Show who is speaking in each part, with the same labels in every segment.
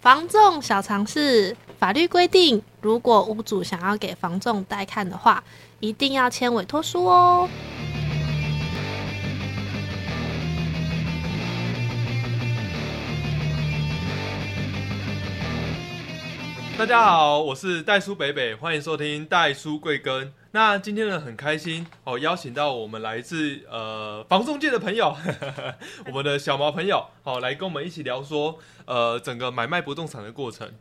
Speaker 1: 房仲小常识：法律规定，如果屋主想要给房仲带看的话，一定要签委托书哦。
Speaker 2: 大家好，我是袋叔北北，欢迎收听袋叔贵庚。那今天呢，很开心哦，邀请到我们来自呃房中介的朋友， 呵呵呵我们的小毛朋友，好、来跟我们一起聊说呃整个买卖不动产的过程。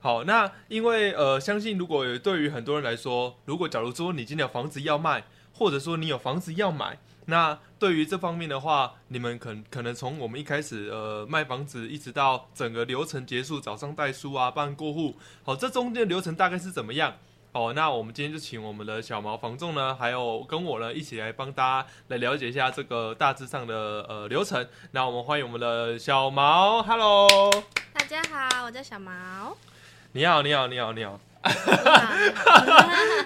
Speaker 2: 好，那因为呃，相信如果有对于很多人来说，如果假如说你今天有房子要卖，或者说你有房子要买，那对于这方面的话，你们可可能从我们一开始呃卖房子，一直到整个流程结束，早上代书啊，办过户，好，这中间的流程大概是怎么样？哦，那我们今天就请我们的小毛房仲呢，还有跟我呢一起来帮大家来了解一下这个大致上的呃流程。那我们欢迎我们的小毛，Hello，
Speaker 1: 大家好，我叫小 毛。
Speaker 2: 你好，你好，你好，你好。
Speaker 1: 你好你好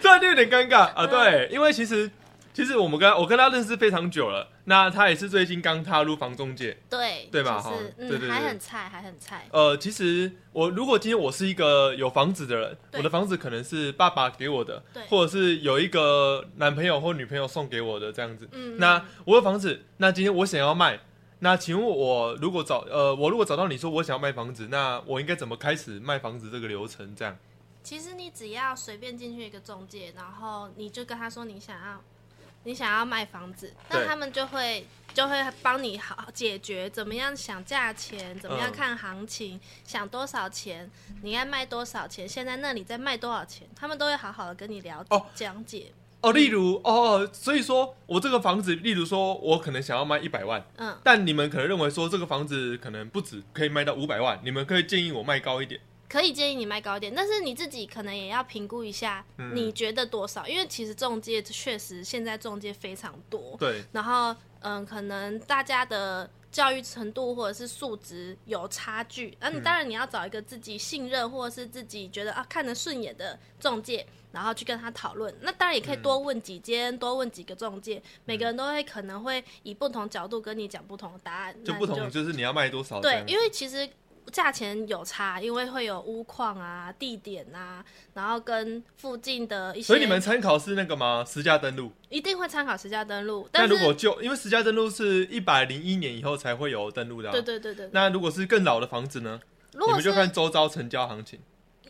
Speaker 2: 突然就有点尴尬啊。
Speaker 1: 嗯
Speaker 2: 对，因为其实其实我们跟我跟他认识非常久了，那他也是最近刚踏入房中介。
Speaker 1: 对
Speaker 2: 对吧
Speaker 1: 就
Speaker 2: 哈
Speaker 1: 是嗯，
Speaker 2: 对对对
Speaker 1: 还很菜，还很菜。
Speaker 2: 呃，其实我如果今天我是一个有房子的人，
Speaker 1: 对
Speaker 2: 我的房子可能是爸爸给我的
Speaker 1: 对，
Speaker 2: 或者是有一个男朋友或女朋友送给我的这样子。
Speaker 1: 嗯，
Speaker 2: 那我有房子，那今天我想要卖，那请问我如果找呃，我如果找到你说我想要卖房子，那我应该怎么开始卖房子这个流程？这样
Speaker 1: 其实你只要随便进去一个中介，然后你就跟他说你想要你想要卖房子，那
Speaker 2: 对
Speaker 1: 他们就会就会帮你好解决怎么样想价钱，怎么样
Speaker 2: 嗯
Speaker 1: 看行情，想多少钱，你该卖多少钱，现在那里在卖多少钱，他们都会好好的跟你聊、
Speaker 2: 哦
Speaker 1: 讲解。
Speaker 2: 哦，例如哦，所以说我这个房子，例如说我可能想要卖一百万，
Speaker 1: 嗯，
Speaker 2: 但你们可能认为说这个房子可能不止可以卖到五百万，你们可以建议我卖高一点。
Speaker 1: 可以建议你卖高一点，但是你自己可能也要评估一下，
Speaker 2: 嗯
Speaker 1: 你觉得多少？因为其实中介确实现在中介非常多，
Speaker 2: 对，
Speaker 1: 然后嗯，可能大家的教育程度或者是素质有差距，那、你
Speaker 2: 嗯
Speaker 1: 当然你要找一个自己信任或者是自己觉得啊看得顺眼的中介，然后去跟他讨论。那当然也可以
Speaker 2: 嗯
Speaker 1: 多问几间，多问几个中介，每个人都会可能会以不同角度跟你讲不同的答案，
Speaker 2: 就
Speaker 1: 那
Speaker 2: 不
Speaker 1: 你
Speaker 2: 同就是你要卖多少这
Speaker 1: 对
Speaker 2: 样，。
Speaker 1: 因为其实价钱有差，因为会有屋况啊、地点啊，然后跟附近的一些，
Speaker 2: 所以你们参考是那个吗？实价登录。
Speaker 1: 一定会参考实价登录。
Speaker 2: 那
Speaker 1: 但是
Speaker 2: 如果就因为实价登录是一百零一年以后才会有登录的、啊，
Speaker 1: 对对对对，对
Speaker 2: 那如果是更老的房子呢？
Speaker 1: 如
Speaker 2: 你
Speaker 1: 果
Speaker 2: 们就是看周遭成交行情。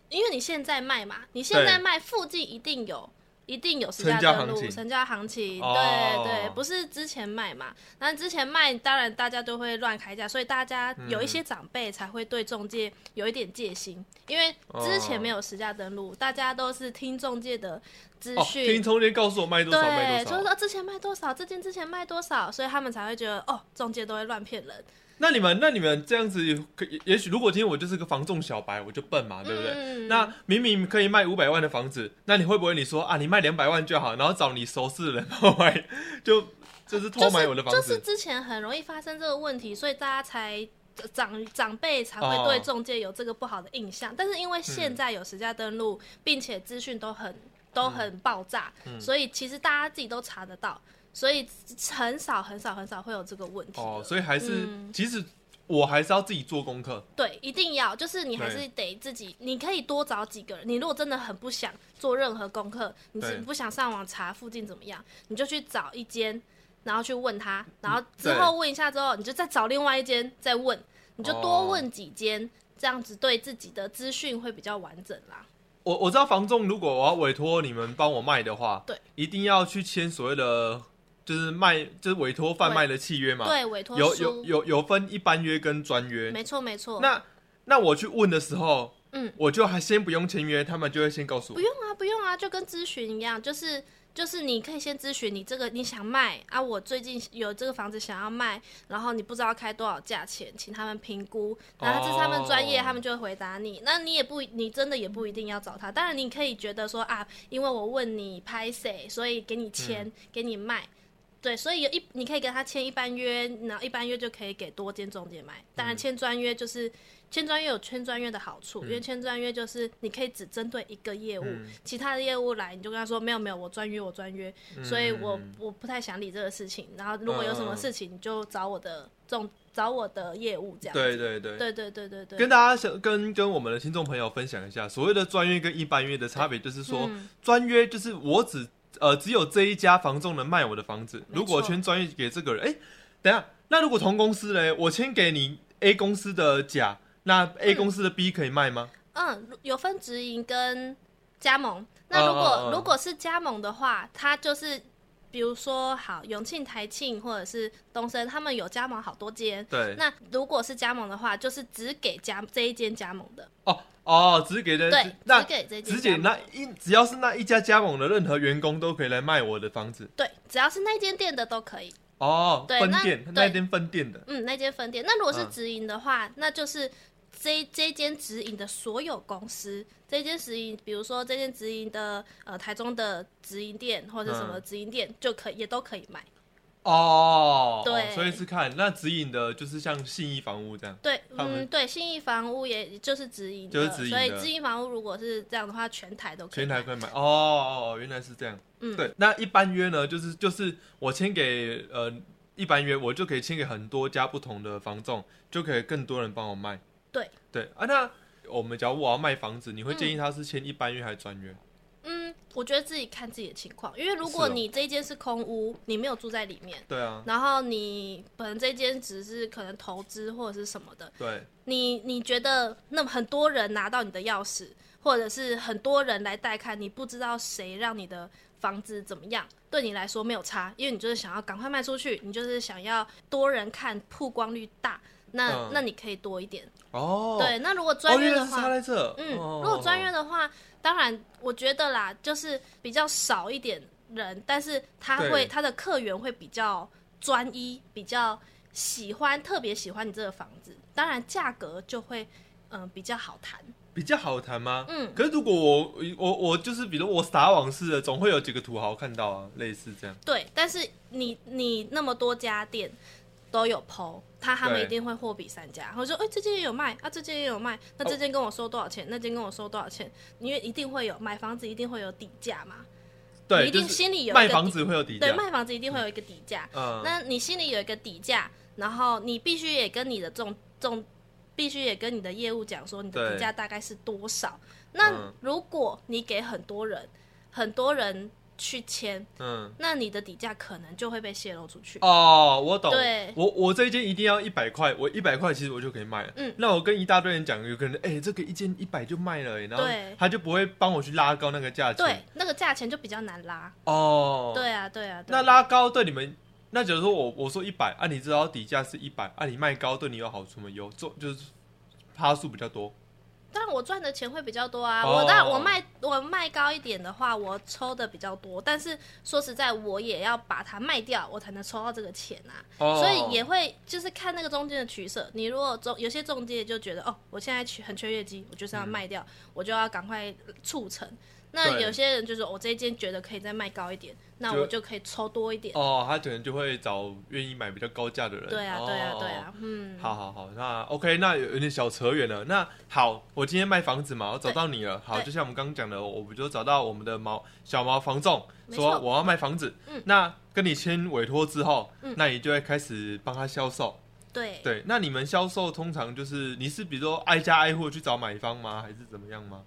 Speaker 1: 因为你现在卖嘛，你现在卖附近一定有。一定有实价登
Speaker 2: 成交行
Speaker 1: 录、
Speaker 2: 情
Speaker 1: 成交行情，
Speaker 2: 哦
Speaker 1: 对对，不是之前卖嘛？那之前卖，当然大家都会乱开价，所以大家
Speaker 2: 嗯
Speaker 1: 有一些长辈才会对中介有一点戒心，因为
Speaker 2: 哦
Speaker 1: 之前没有实价登录，大家都是听中介的资
Speaker 2: 哦，
Speaker 1: 讯，
Speaker 2: 听中间告诉我卖多少
Speaker 1: 对，
Speaker 2: 卖多
Speaker 1: 就是
Speaker 2: 少。
Speaker 1: 说之前卖多少，这件之前卖多少，所以他们才会觉得哦，中介都会乱骗人，
Speaker 2: 那你们那你们这样子，可也也许如果今天我就是个房仲小白，我就笨嘛，对不对？
Speaker 1: 嗯
Speaker 2: 那明明可以卖五百万的房子，那你会不会你说啊，你卖两百万就好，然后找你熟识的人帮我买， 就就是偷买我的房
Speaker 1: 就
Speaker 2: 子？
Speaker 1: 是，就是之前很容易发生这个问题，所以大家才。长长辈才会
Speaker 2: 哦嗯
Speaker 1: 对中介有这个不好的印象，但是因为现在有实价登录，并且资讯都很都很爆炸，
Speaker 2: 嗯
Speaker 1: 所以其实大家自己都查得到，所以很少很少很少会有这个问题了。
Speaker 2: 哦，所以还是、
Speaker 1: 嗯
Speaker 2: 其实我还是要自己做功课。
Speaker 1: 对，一定要，就是你还
Speaker 2: 对
Speaker 1: 是得自己，你可以多找几个人。你如果真的很不想做任何功课，你是
Speaker 2: 对
Speaker 1: 不想上网查附近怎么样，你就去找一间，然后去问他，然后之
Speaker 2: 嗯对
Speaker 1: 后问一下之后，你就再找另外一间再问，你就多
Speaker 2: 哦
Speaker 1: 问几间，这样子对自己的资讯会比较完整啦。
Speaker 2: 我我知道房仲，如果我要委托你们帮我卖的话，
Speaker 1: 对，
Speaker 2: 一定要去签所谓的就是卖就是委托贩卖的契约嘛。
Speaker 1: 对，委托
Speaker 2: 有有
Speaker 1: 书，
Speaker 2: 有有分一般约跟专约。
Speaker 1: 没错没错。
Speaker 2: 那那我去问的时候，
Speaker 1: 嗯，
Speaker 2: 我就还先不用签约，他们就会先告诉我
Speaker 1: 不。用啊，不用啊，就跟咨询一样，就是就是你可以先咨询你这个你想卖啊，我最近有这个房子想要卖，然后你不知道开多少价钱，请他们评估，然后这是他们专业，
Speaker 2: 哦
Speaker 1: 他们就会回答你。那你也不你真的也不一定要找他，当然你可以觉得说啊，因为我问你拍谁，所以给你签、给你卖。对，所以有一你可以跟他签一般约，然后一般约就可以给多间中介卖。当然，签专约就是签专约有签专约的好处，因为签专约就是你可以只针对一个业务，
Speaker 2: 嗯
Speaker 1: 其他的业务来你就跟他说没有没有，我专约我专约，
Speaker 2: 嗯
Speaker 1: 所以我我不太想理这个事情。然后如果有什么事情，你就找我的中找我的业务这样
Speaker 2: 对
Speaker 1: 子。
Speaker 2: 对对。
Speaker 1: 对对对对对
Speaker 2: 跟大家想跟跟我们的听众朋友分享一下，所谓的专约跟一般约的差别，就是说
Speaker 1: 嗯
Speaker 2: 专、约就是我只呃只有这一家房仲能卖我的房子，
Speaker 1: 没错
Speaker 2: 如果我签专约给这个人，哎、等一下，那如果同公司嘞，我签给你 A 公司的甲，那 A
Speaker 1: 嗯
Speaker 2: 公司的 B 可以卖吗？
Speaker 1: 嗯，如有分直营跟加盟。那如果、
Speaker 2: 嗯嗯嗯
Speaker 1: 如果是加盟的话，它就是比如说好永庆、台庆或者是东升，他们有加盟好多间。
Speaker 2: 对，
Speaker 1: 那如果是加盟的话，就是只给加这一间加盟的，
Speaker 2: 哦哦，只给的
Speaker 1: 对，
Speaker 2: 那
Speaker 1: 只给这一间
Speaker 2: 只
Speaker 1: 加
Speaker 2: 给
Speaker 1: 盟。
Speaker 2: 那一只要是那一家加盟的任何员工都可以来卖我的房子
Speaker 1: 对，只要是那间店的都可以。
Speaker 2: 哦，
Speaker 1: 对
Speaker 2: 分
Speaker 1: 那
Speaker 2: 店
Speaker 1: 对
Speaker 2: 那间分店的
Speaker 1: 嗯，那间分店。那如果是
Speaker 2: 嗯
Speaker 1: 直营的话，那就是这这间直营的所有公司，这间直营，比如说这间直营的呃台中的直营店或者什么
Speaker 2: 嗯
Speaker 1: 直营店，就可以也都可以买。
Speaker 2: 哦，
Speaker 1: 对
Speaker 2: 所以是看那指引的就是像信义房屋这样，
Speaker 1: 对，
Speaker 2: 他们
Speaker 1: 嗯，对，信义房屋也就是直营
Speaker 2: 就是
Speaker 1: 的，
Speaker 2: 直营
Speaker 1: 所以
Speaker 2: 的
Speaker 1: 直营房屋如果是这样的话，全台都可以
Speaker 2: 全
Speaker 1: 买。
Speaker 2: 台可以买哦哦，哦原来是这样，
Speaker 1: 嗯
Speaker 2: 对，那一般约呢，就是就是我签给呃一般约，我就可以签给很多家不同的房仲，就可以更多人帮我卖，
Speaker 1: 对
Speaker 2: 对啊，那我们假如我要卖房子，你会建议他是签一般约还是专约？
Speaker 1: 嗯，我觉得自己看自己的情况，因为如
Speaker 2: 是
Speaker 1: 果
Speaker 2: 哦
Speaker 1: 你这间是空屋，你没有住在里面，
Speaker 2: 对啊，
Speaker 1: 然后你可能这间只是可能投资或者是什么的，
Speaker 2: 对，
Speaker 1: 你你觉得那么很多人拿到你的钥匙，或者是很多人来带看，你不知道谁让你的房子怎么样，对你来说没有差，因为你就是想要赶快卖出去，你就是想要多人看，曝光率大，那、
Speaker 2: 嗯
Speaker 1: 那你可以多一点。
Speaker 2: 哦，
Speaker 1: 对，那如果
Speaker 2: 哦，
Speaker 1: 专
Speaker 2: 原
Speaker 1: 业
Speaker 2: 来
Speaker 1: 的
Speaker 2: 是
Speaker 1: 话，
Speaker 2: 差在这，
Speaker 1: 嗯，
Speaker 2: 哦
Speaker 1: 如果专业的话，当然我觉得啦，就是比较少一点人，但是他
Speaker 2: 对
Speaker 1: 会他的客源会比较专一，比较喜欢特别喜欢你这个房子，当然价格就会嗯、比较好谈。
Speaker 2: 比较好谈吗？
Speaker 1: 嗯
Speaker 2: 可是如果我我我就是，比如我撒网式的，总会有几个土豪看到啊，类似这样。
Speaker 1: 对，但是你你那么多家店都有剖，他他们
Speaker 2: 对
Speaker 1: 一定会货比三家，会说，哎、这间也有卖啊，这间也有卖，
Speaker 2: 哦
Speaker 1: 那这间跟我收多少钱？那间跟我收多少钱？因为一定会有买房子一定会有底价嘛，
Speaker 2: 对，
Speaker 1: 你一定
Speaker 2: 就是
Speaker 1: 心里有一个
Speaker 2: 卖
Speaker 1: 底
Speaker 2: 房子会有底
Speaker 1: 对，
Speaker 2: 价，
Speaker 1: 卖房子一定会有一个底价，
Speaker 2: 嗯，
Speaker 1: 那你心里有一个底价，然后你必须也跟你的这种这种，必须也跟你的业务讲说你的
Speaker 2: 对
Speaker 1: 底价大概是多少。那
Speaker 2: 嗯
Speaker 1: 如果你给很多人，很多人去签，
Speaker 2: 嗯，
Speaker 1: 那你的底价可能就会被泄露出去。
Speaker 2: 哦，我懂，
Speaker 1: 对
Speaker 2: 我我这一间一定要一百块，我一百块其实我就可以卖了。
Speaker 1: 嗯
Speaker 2: 那我跟一大堆人讲，有可能哎、这个一间一百就卖了、哎然后
Speaker 1: 对
Speaker 2: 他就不会帮我去拉高那个价钱。
Speaker 1: 对，，那个价钱就比较难拉。
Speaker 2: 哦，，
Speaker 1: 对啊，对啊，对
Speaker 2: 那
Speaker 1: 啊。
Speaker 2: 拉高对你们，那假如说我我说一百，啊，你知道底价是一百，啊，你卖高对你有好处吗？有，做就是趴数比较多。
Speaker 1: 当然我赚的钱会比较多啊。
Speaker 2: 哦
Speaker 1: 我当然我卖我卖高一点的话，我抽的比较多，但是说实在，我也要把它卖掉，我才能抽到这个钱啊。
Speaker 2: 哦，
Speaker 1: 所以也会就是看那个中间的取舍。你如果中有些中介就觉得哦，我现在缺很缺业绩，我就是要卖掉，我就要赶快促成。那
Speaker 2: 嗯对
Speaker 1: 有些人就说我这一间觉得可以再卖高一点，那
Speaker 2: 就
Speaker 1: 我就可以抽多一点。
Speaker 2: 哦，他可能就会找愿意买比较高价的人。
Speaker 1: 对啊，
Speaker 2: 哦
Speaker 1: 对啊，对。啊，嗯，
Speaker 2: 好好好，那 OK，那有有点小扯远了。那好，我今天卖房子嘛，我找到你了。好，
Speaker 1: 对
Speaker 2: 就像我们刚刚讲的，我们就找到我们的毛小毛房仲，
Speaker 1: 没错
Speaker 2: 说我要卖房子。
Speaker 1: 嗯
Speaker 2: 那跟你签委托之后，
Speaker 1: 嗯
Speaker 2: 那你就会开始帮他销售。
Speaker 1: 对。
Speaker 2: 对，那你们销售通常就是你是比如说挨家挨户去找买方吗，还是怎么样吗？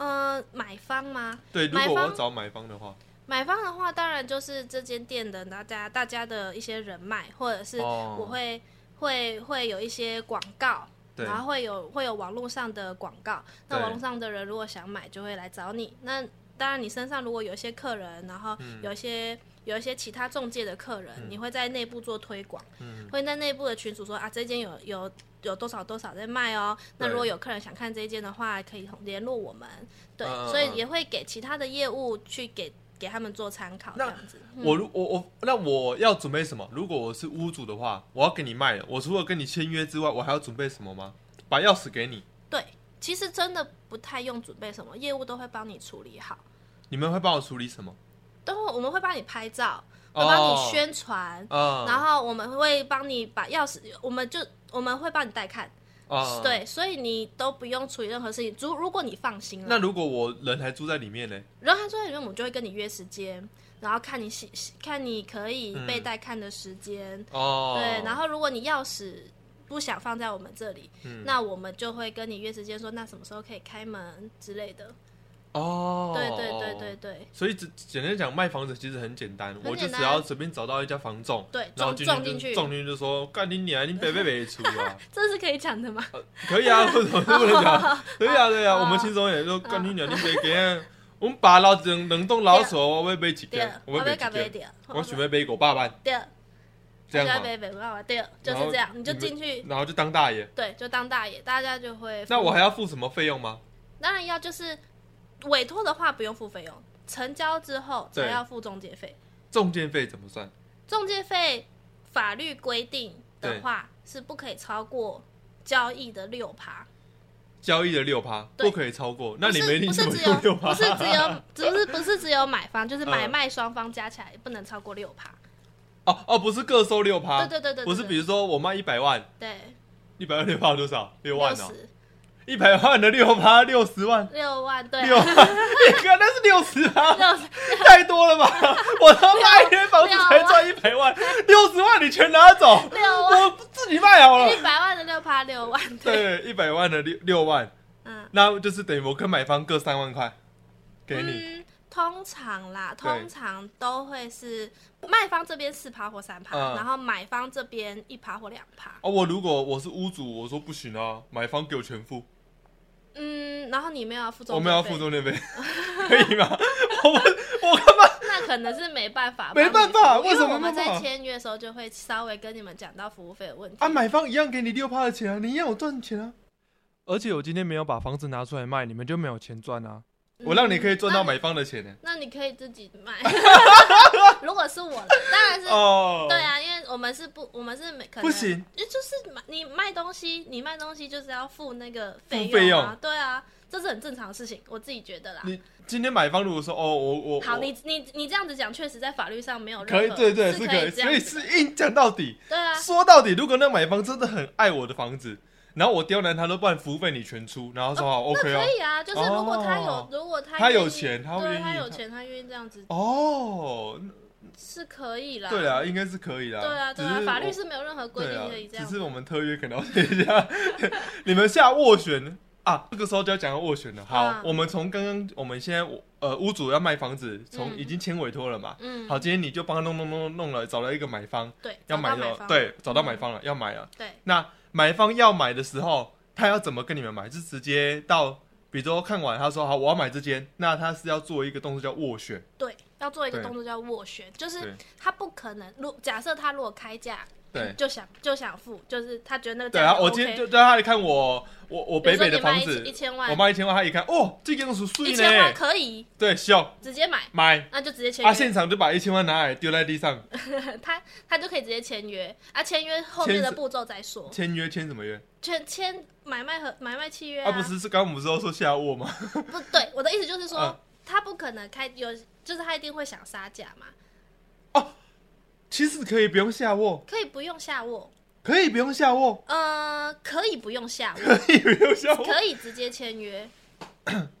Speaker 1: 呃，买方吗？
Speaker 2: 对，如
Speaker 1: 买
Speaker 2: 果我
Speaker 1: 方
Speaker 2: 要找买方的话，
Speaker 1: 买方的话，当然就是这间店的大家大家的一些人脉，或者是
Speaker 2: 哦
Speaker 1: 我会、会会有一些广告，
Speaker 2: 对
Speaker 1: 然后会有会有网络上的广告，那
Speaker 2: 对
Speaker 1: 网络上的人如果想买，就会来找你。那当然，你身上如果有一些客人，然后
Speaker 2: 嗯
Speaker 1: 有一些、有一些其他中介的客人，你会在内部做推广，
Speaker 2: 嗯，
Speaker 1: 会在内部的群组说啊，这间有有有多少多少在卖哦。那
Speaker 2: 对
Speaker 1: 如果有客人想看这一间的话，可以联络我们。对，
Speaker 2: 嗯嗯
Speaker 1: 所以
Speaker 2: 嗯
Speaker 1: 也会给其他的业务去给给他们做参考，这
Speaker 2: 那
Speaker 1: 样子。嗯
Speaker 2: 我如我我那我要准备什么？如果我是屋主的话，我要给你卖了，我除了跟你签约之外，我还要准备什么吗？把钥匙给你，
Speaker 1: 对，其实真的不太用准备什么，业务都会帮你处理好。
Speaker 2: 你们会帮我处理什么？
Speaker 1: 都会我们会帮你拍照，
Speaker 2: 哦
Speaker 1: 会帮你宣传，
Speaker 2: 啊
Speaker 1: 然后我们会帮你把钥匙，我们就我们会帮你带看，
Speaker 2: 啊，
Speaker 1: 对，所以你都不用处理任何事情。如如果你放心
Speaker 2: 那
Speaker 1: 了，
Speaker 2: 如果我人还住在里面呢？
Speaker 1: 然后他说里哎面，我们就会跟你约时间，然后看你喜喜看你可以被带看的时间，
Speaker 2: 哦，
Speaker 1: 对，然后如果你钥匙不想放在我们这里，
Speaker 2: 嗯
Speaker 1: 那我们就会跟你约时间说，那什么时候可以开门之类的。
Speaker 2: 哦，
Speaker 1: 对对对对对
Speaker 2: 所以只简单讲，卖房子其实很简单，
Speaker 1: 很
Speaker 2: 我就
Speaker 1: 简
Speaker 2: 只
Speaker 1: 单
Speaker 2: 要随便找到一家房仲，
Speaker 1: 对，
Speaker 2: 然后
Speaker 1: 撞撞
Speaker 2: 进
Speaker 1: 进
Speaker 2: 去
Speaker 1: 去
Speaker 2: 就，撞进去就说干你娘，你北北北出 啊，
Speaker 1: 这是可以讲的吗？
Speaker 2: 呃可以啊，为什么不能 讲？对呀啊对呀，
Speaker 1: 哦
Speaker 2: 我们轻松一点，说干你娘，你北给，我们把老子冷冻老手，我要买几
Speaker 1: 对啊
Speaker 2: 间，，我
Speaker 1: 我
Speaker 2: 要
Speaker 1: 被
Speaker 2: 买
Speaker 1: 搞
Speaker 2: 几
Speaker 1: 被
Speaker 2: 间，
Speaker 1: 点，
Speaker 2: 我准备买五百万，
Speaker 1: 对，啊
Speaker 2: 这样嘛，
Speaker 1: 被被骂对，就
Speaker 2: 然后
Speaker 1: 是这样，你就
Speaker 2: 你们
Speaker 1: 进去，
Speaker 2: 然后就当大爷。
Speaker 1: 对，就当大爷，大家就会。
Speaker 2: 那我还要付什么费用吗？
Speaker 1: 当然要就是委托的话不用付费用，成交之后才
Speaker 2: 对
Speaker 1: 要付中介费。
Speaker 2: 中介费怎么算？
Speaker 1: 中介费法律规定的话是不可以超过交易的六趴，
Speaker 2: 交易的六趴
Speaker 1: 对
Speaker 2: 不可以超过，那你
Speaker 1: 不是
Speaker 2: 没领
Speaker 1: 不
Speaker 2: 什
Speaker 1: 是
Speaker 2: 么
Speaker 1: 只有
Speaker 2: 六趴？
Speaker 1: 不是只 有只是不是只有买方，就是买
Speaker 2: 嗯
Speaker 1: 卖双方加起来不能超过六趴。
Speaker 2: 哦哦，不是各收六趴，
Speaker 1: 对对对对，
Speaker 2: 不是，
Speaker 1: 对
Speaker 2: 比如说我卖一百万，
Speaker 1: 对
Speaker 2: 一百万六趴多少？六万哦，
Speaker 1: 十
Speaker 2: 一百万的六趴六十万，
Speaker 1: 六万对啊
Speaker 2: 六，万，你看那是六十趴，
Speaker 1: 六十
Speaker 2: 太 多了吧？我他妈一间房子才赚一百万，六十万你全拿 走，
Speaker 1: 六 万
Speaker 2: 我自己卖好了。
Speaker 1: 一百万的六趴六万对，
Speaker 2: 对，一百万的六六万，
Speaker 1: 嗯
Speaker 2: 那就是等于我跟买方各三万块给你。
Speaker 1: 嗯。通常啦，
Speaker 2: 对
Speaker 1: 通常都会是卖方这边四趴或三趴，
Speaker 2: 嗯
Speaker 1: 然后买方这边一趴或两趴。
Speaker 2: 哦，我如果我是屋主，我说不行啊，买方给我全付，
Speaker 1: 嗯，然后你没有要付中介费，
Speaker 2: 我们要付中介费， 可以吗？我们我干嘛？
Speaker 1: 那可能是没办法，
Speaker 2: 没办法
Speaker 1: 帮你
Speaker 2: 为什么
Speaker 1: 因我们
Speaker 2: 没办法
Speaker 1: 在签约的时候就会稍微跟你们讲到服务费的问题。
Speaker 2: 啊，买方一样给你六趴的钱啊，你一样有赚钱啊。而且我今天没有把房子拿出来卖，你们就没有钱赚啊。我让你可以赚到
Speaker 1: 嗯
Speaker 2: 买方的钱呢、
Speaker 1: 那你，那你可以自己 买。如果是我啦，当然是、
Speaker 2: 哦，
Speaker 1: 对，啊，因为我们是不，我们是没可能
Speaker 2: 不行，
Speaker 1: 就就是买你卖东西，你卖东西就是要付那个
Speaker 2: 付费
Speaker 1: 用啊，
Speaker 2: 用
Speaker 1: 对啊，这是很正常的事情，我自己觉得啦。
Speaker 2: 你今天买方如果说哦，我我
Speaker 1: 好，
Speaker 2: 我
Speaker 1: 你你你这样子讲，确实在法律上没有任
Speaker 2: 可以，
Speaker 1: 何
Speaker 2: 对对
Speaker 1: 是
Speaker 2: 是
Speaker 1: 可
Speaker 2: 可以，
Speaker 1: 以这样
Speaker 2: 所以
Speaker 1: 子的
Speaker 2: 是硬哦讲到底，
Speaker 1: 对啊，
Speaker 2: 说到底。如果那买方真的很爱我的房子，然后我刁难他，都不然服务费你全出，然后说好 OK
Speaker 1: 可
Speaker 2: 哦，
Speaker 1: 以啊，就是如果他有，
Speaker 2: 哦
Speaker 1: 如果他
Speaker 2: 他有
Speaker 1: 愿意
Speaker 2: 钱他会
Speaker 1: 对
Speaker 2: 愿意
Speaker 1: 他有
Speaker 2: 他
Speaker 1: 钱，他愿意这样子
Speaker 2: 哦，
Speaker 1: 是可以啦。
Speaker 2: 对啦，应该是可以啦，
Speaker 1: 啊对啊，对啊，
Speaker 2: 只是
Speaker 1: 法律
Speaker 2: 我
Speaker 1: 是没有任何规
Speaker 2: 对
Speaker 1: 定
Speaker 2: 啊
Speaker 1: 可以，这
Speaker 2: 只
Speaker 1: 样。
Speaker 2: 是我们特约可能要等一下， 你们下斡旋啊，这个时候就要讲到斡旋了。好，
Speaker 1: 啊
Speaker 2: 我们从刚刚我们现在呃屋主要卖房子，从
Speaker 1: 嗯
Speaker 2: 已经签委托了嘛。
Speaker 1: 嗯，
Speaker 2: 好，今天你就帮他弄弄弄弄了，找到一个买方
Speaker 1: 对，
Speaker 2: 要
Speaker 1: 找
Speaker 2: 买
Speaker 1: 到
Speaker 2: 了，
Speaker 1: 方嗯
Speaker 2: 对，找到买方了，要买了。
Speaker 1: 对，
Speaker 2: 那买方要买的时候，他要怎么跟你们买？是直接到，比如说看完他说好，我要买这间，那他是要做一个动作叫斡旋，
Speaker 1: 对，要做一个
Speaker 2: 对
Speaker 1: 动作叫斡旋，就是
Speaker 2: 对
Speaker 1: 他不可能，如假设他如果开价，嗯
Speaker 2: 对
Speaker 1: 就想就想付，就是他觉得那个
Speaker 2: 对
Speaker 1: 价
Speaker 2: 啊，
Speaker 1: 格
Speaker 2: 我今天
Speaker 1: OK。
Speaker 2: 就让他来看我我我
Speaker 1: 比
Speaker 2: 北
Speaker 1: 如说
Speaker 2: 北
Speaker 1: 你
Speaker 2: 的
Speaker 1: 卖
Speaker 2: 房
Speaker 1: 一
Speaker 2: 子
Speaker 1: 一，千
Speaker 2: 我
Speaker 1: 万，
Speaker 2: 卖一千万，他一看，哦，这间是税
Speaker 1: 一千万
Speaker 2: 呢，
Speaker 1: 可以
Speaker 2: 对，笑
Speaker 1: 直接买，
Speaker 2: 买
Speaker 1: 那就直接签
Speaker 2: 啊，
Speaker 1: 约，
Speaker 2: 现场就把一千万拿来丢在地上，
Speaker 1: 他他就可以直接签约，啊，签约后面
Speaker 2: 签
Speaker 1: 的
Speaker 2: 字
Speaker 1: 步骤再说，
Speaker 2: 签约签什么约？
Speaker 1: 签签买卖和买卖契约
Speaker 2: 啊，不是，是刚刚我们说说下卧吗？
Speaker 1: 不对，我的意思就是说，
Speaker 2: 嗯
Speaker 1: 他不可能开有，就是他一定会想杀价嘛，
Speaker 2: 其实可以不用下卧，
Speaker 1: 可以不用下卧，
Speaker 2: 可以不用下卧，
Speaker 1: 呃，可以不用下 卧，
Speaker 2: 可以不用下卧，
Speaker 1: 可以直接签 约，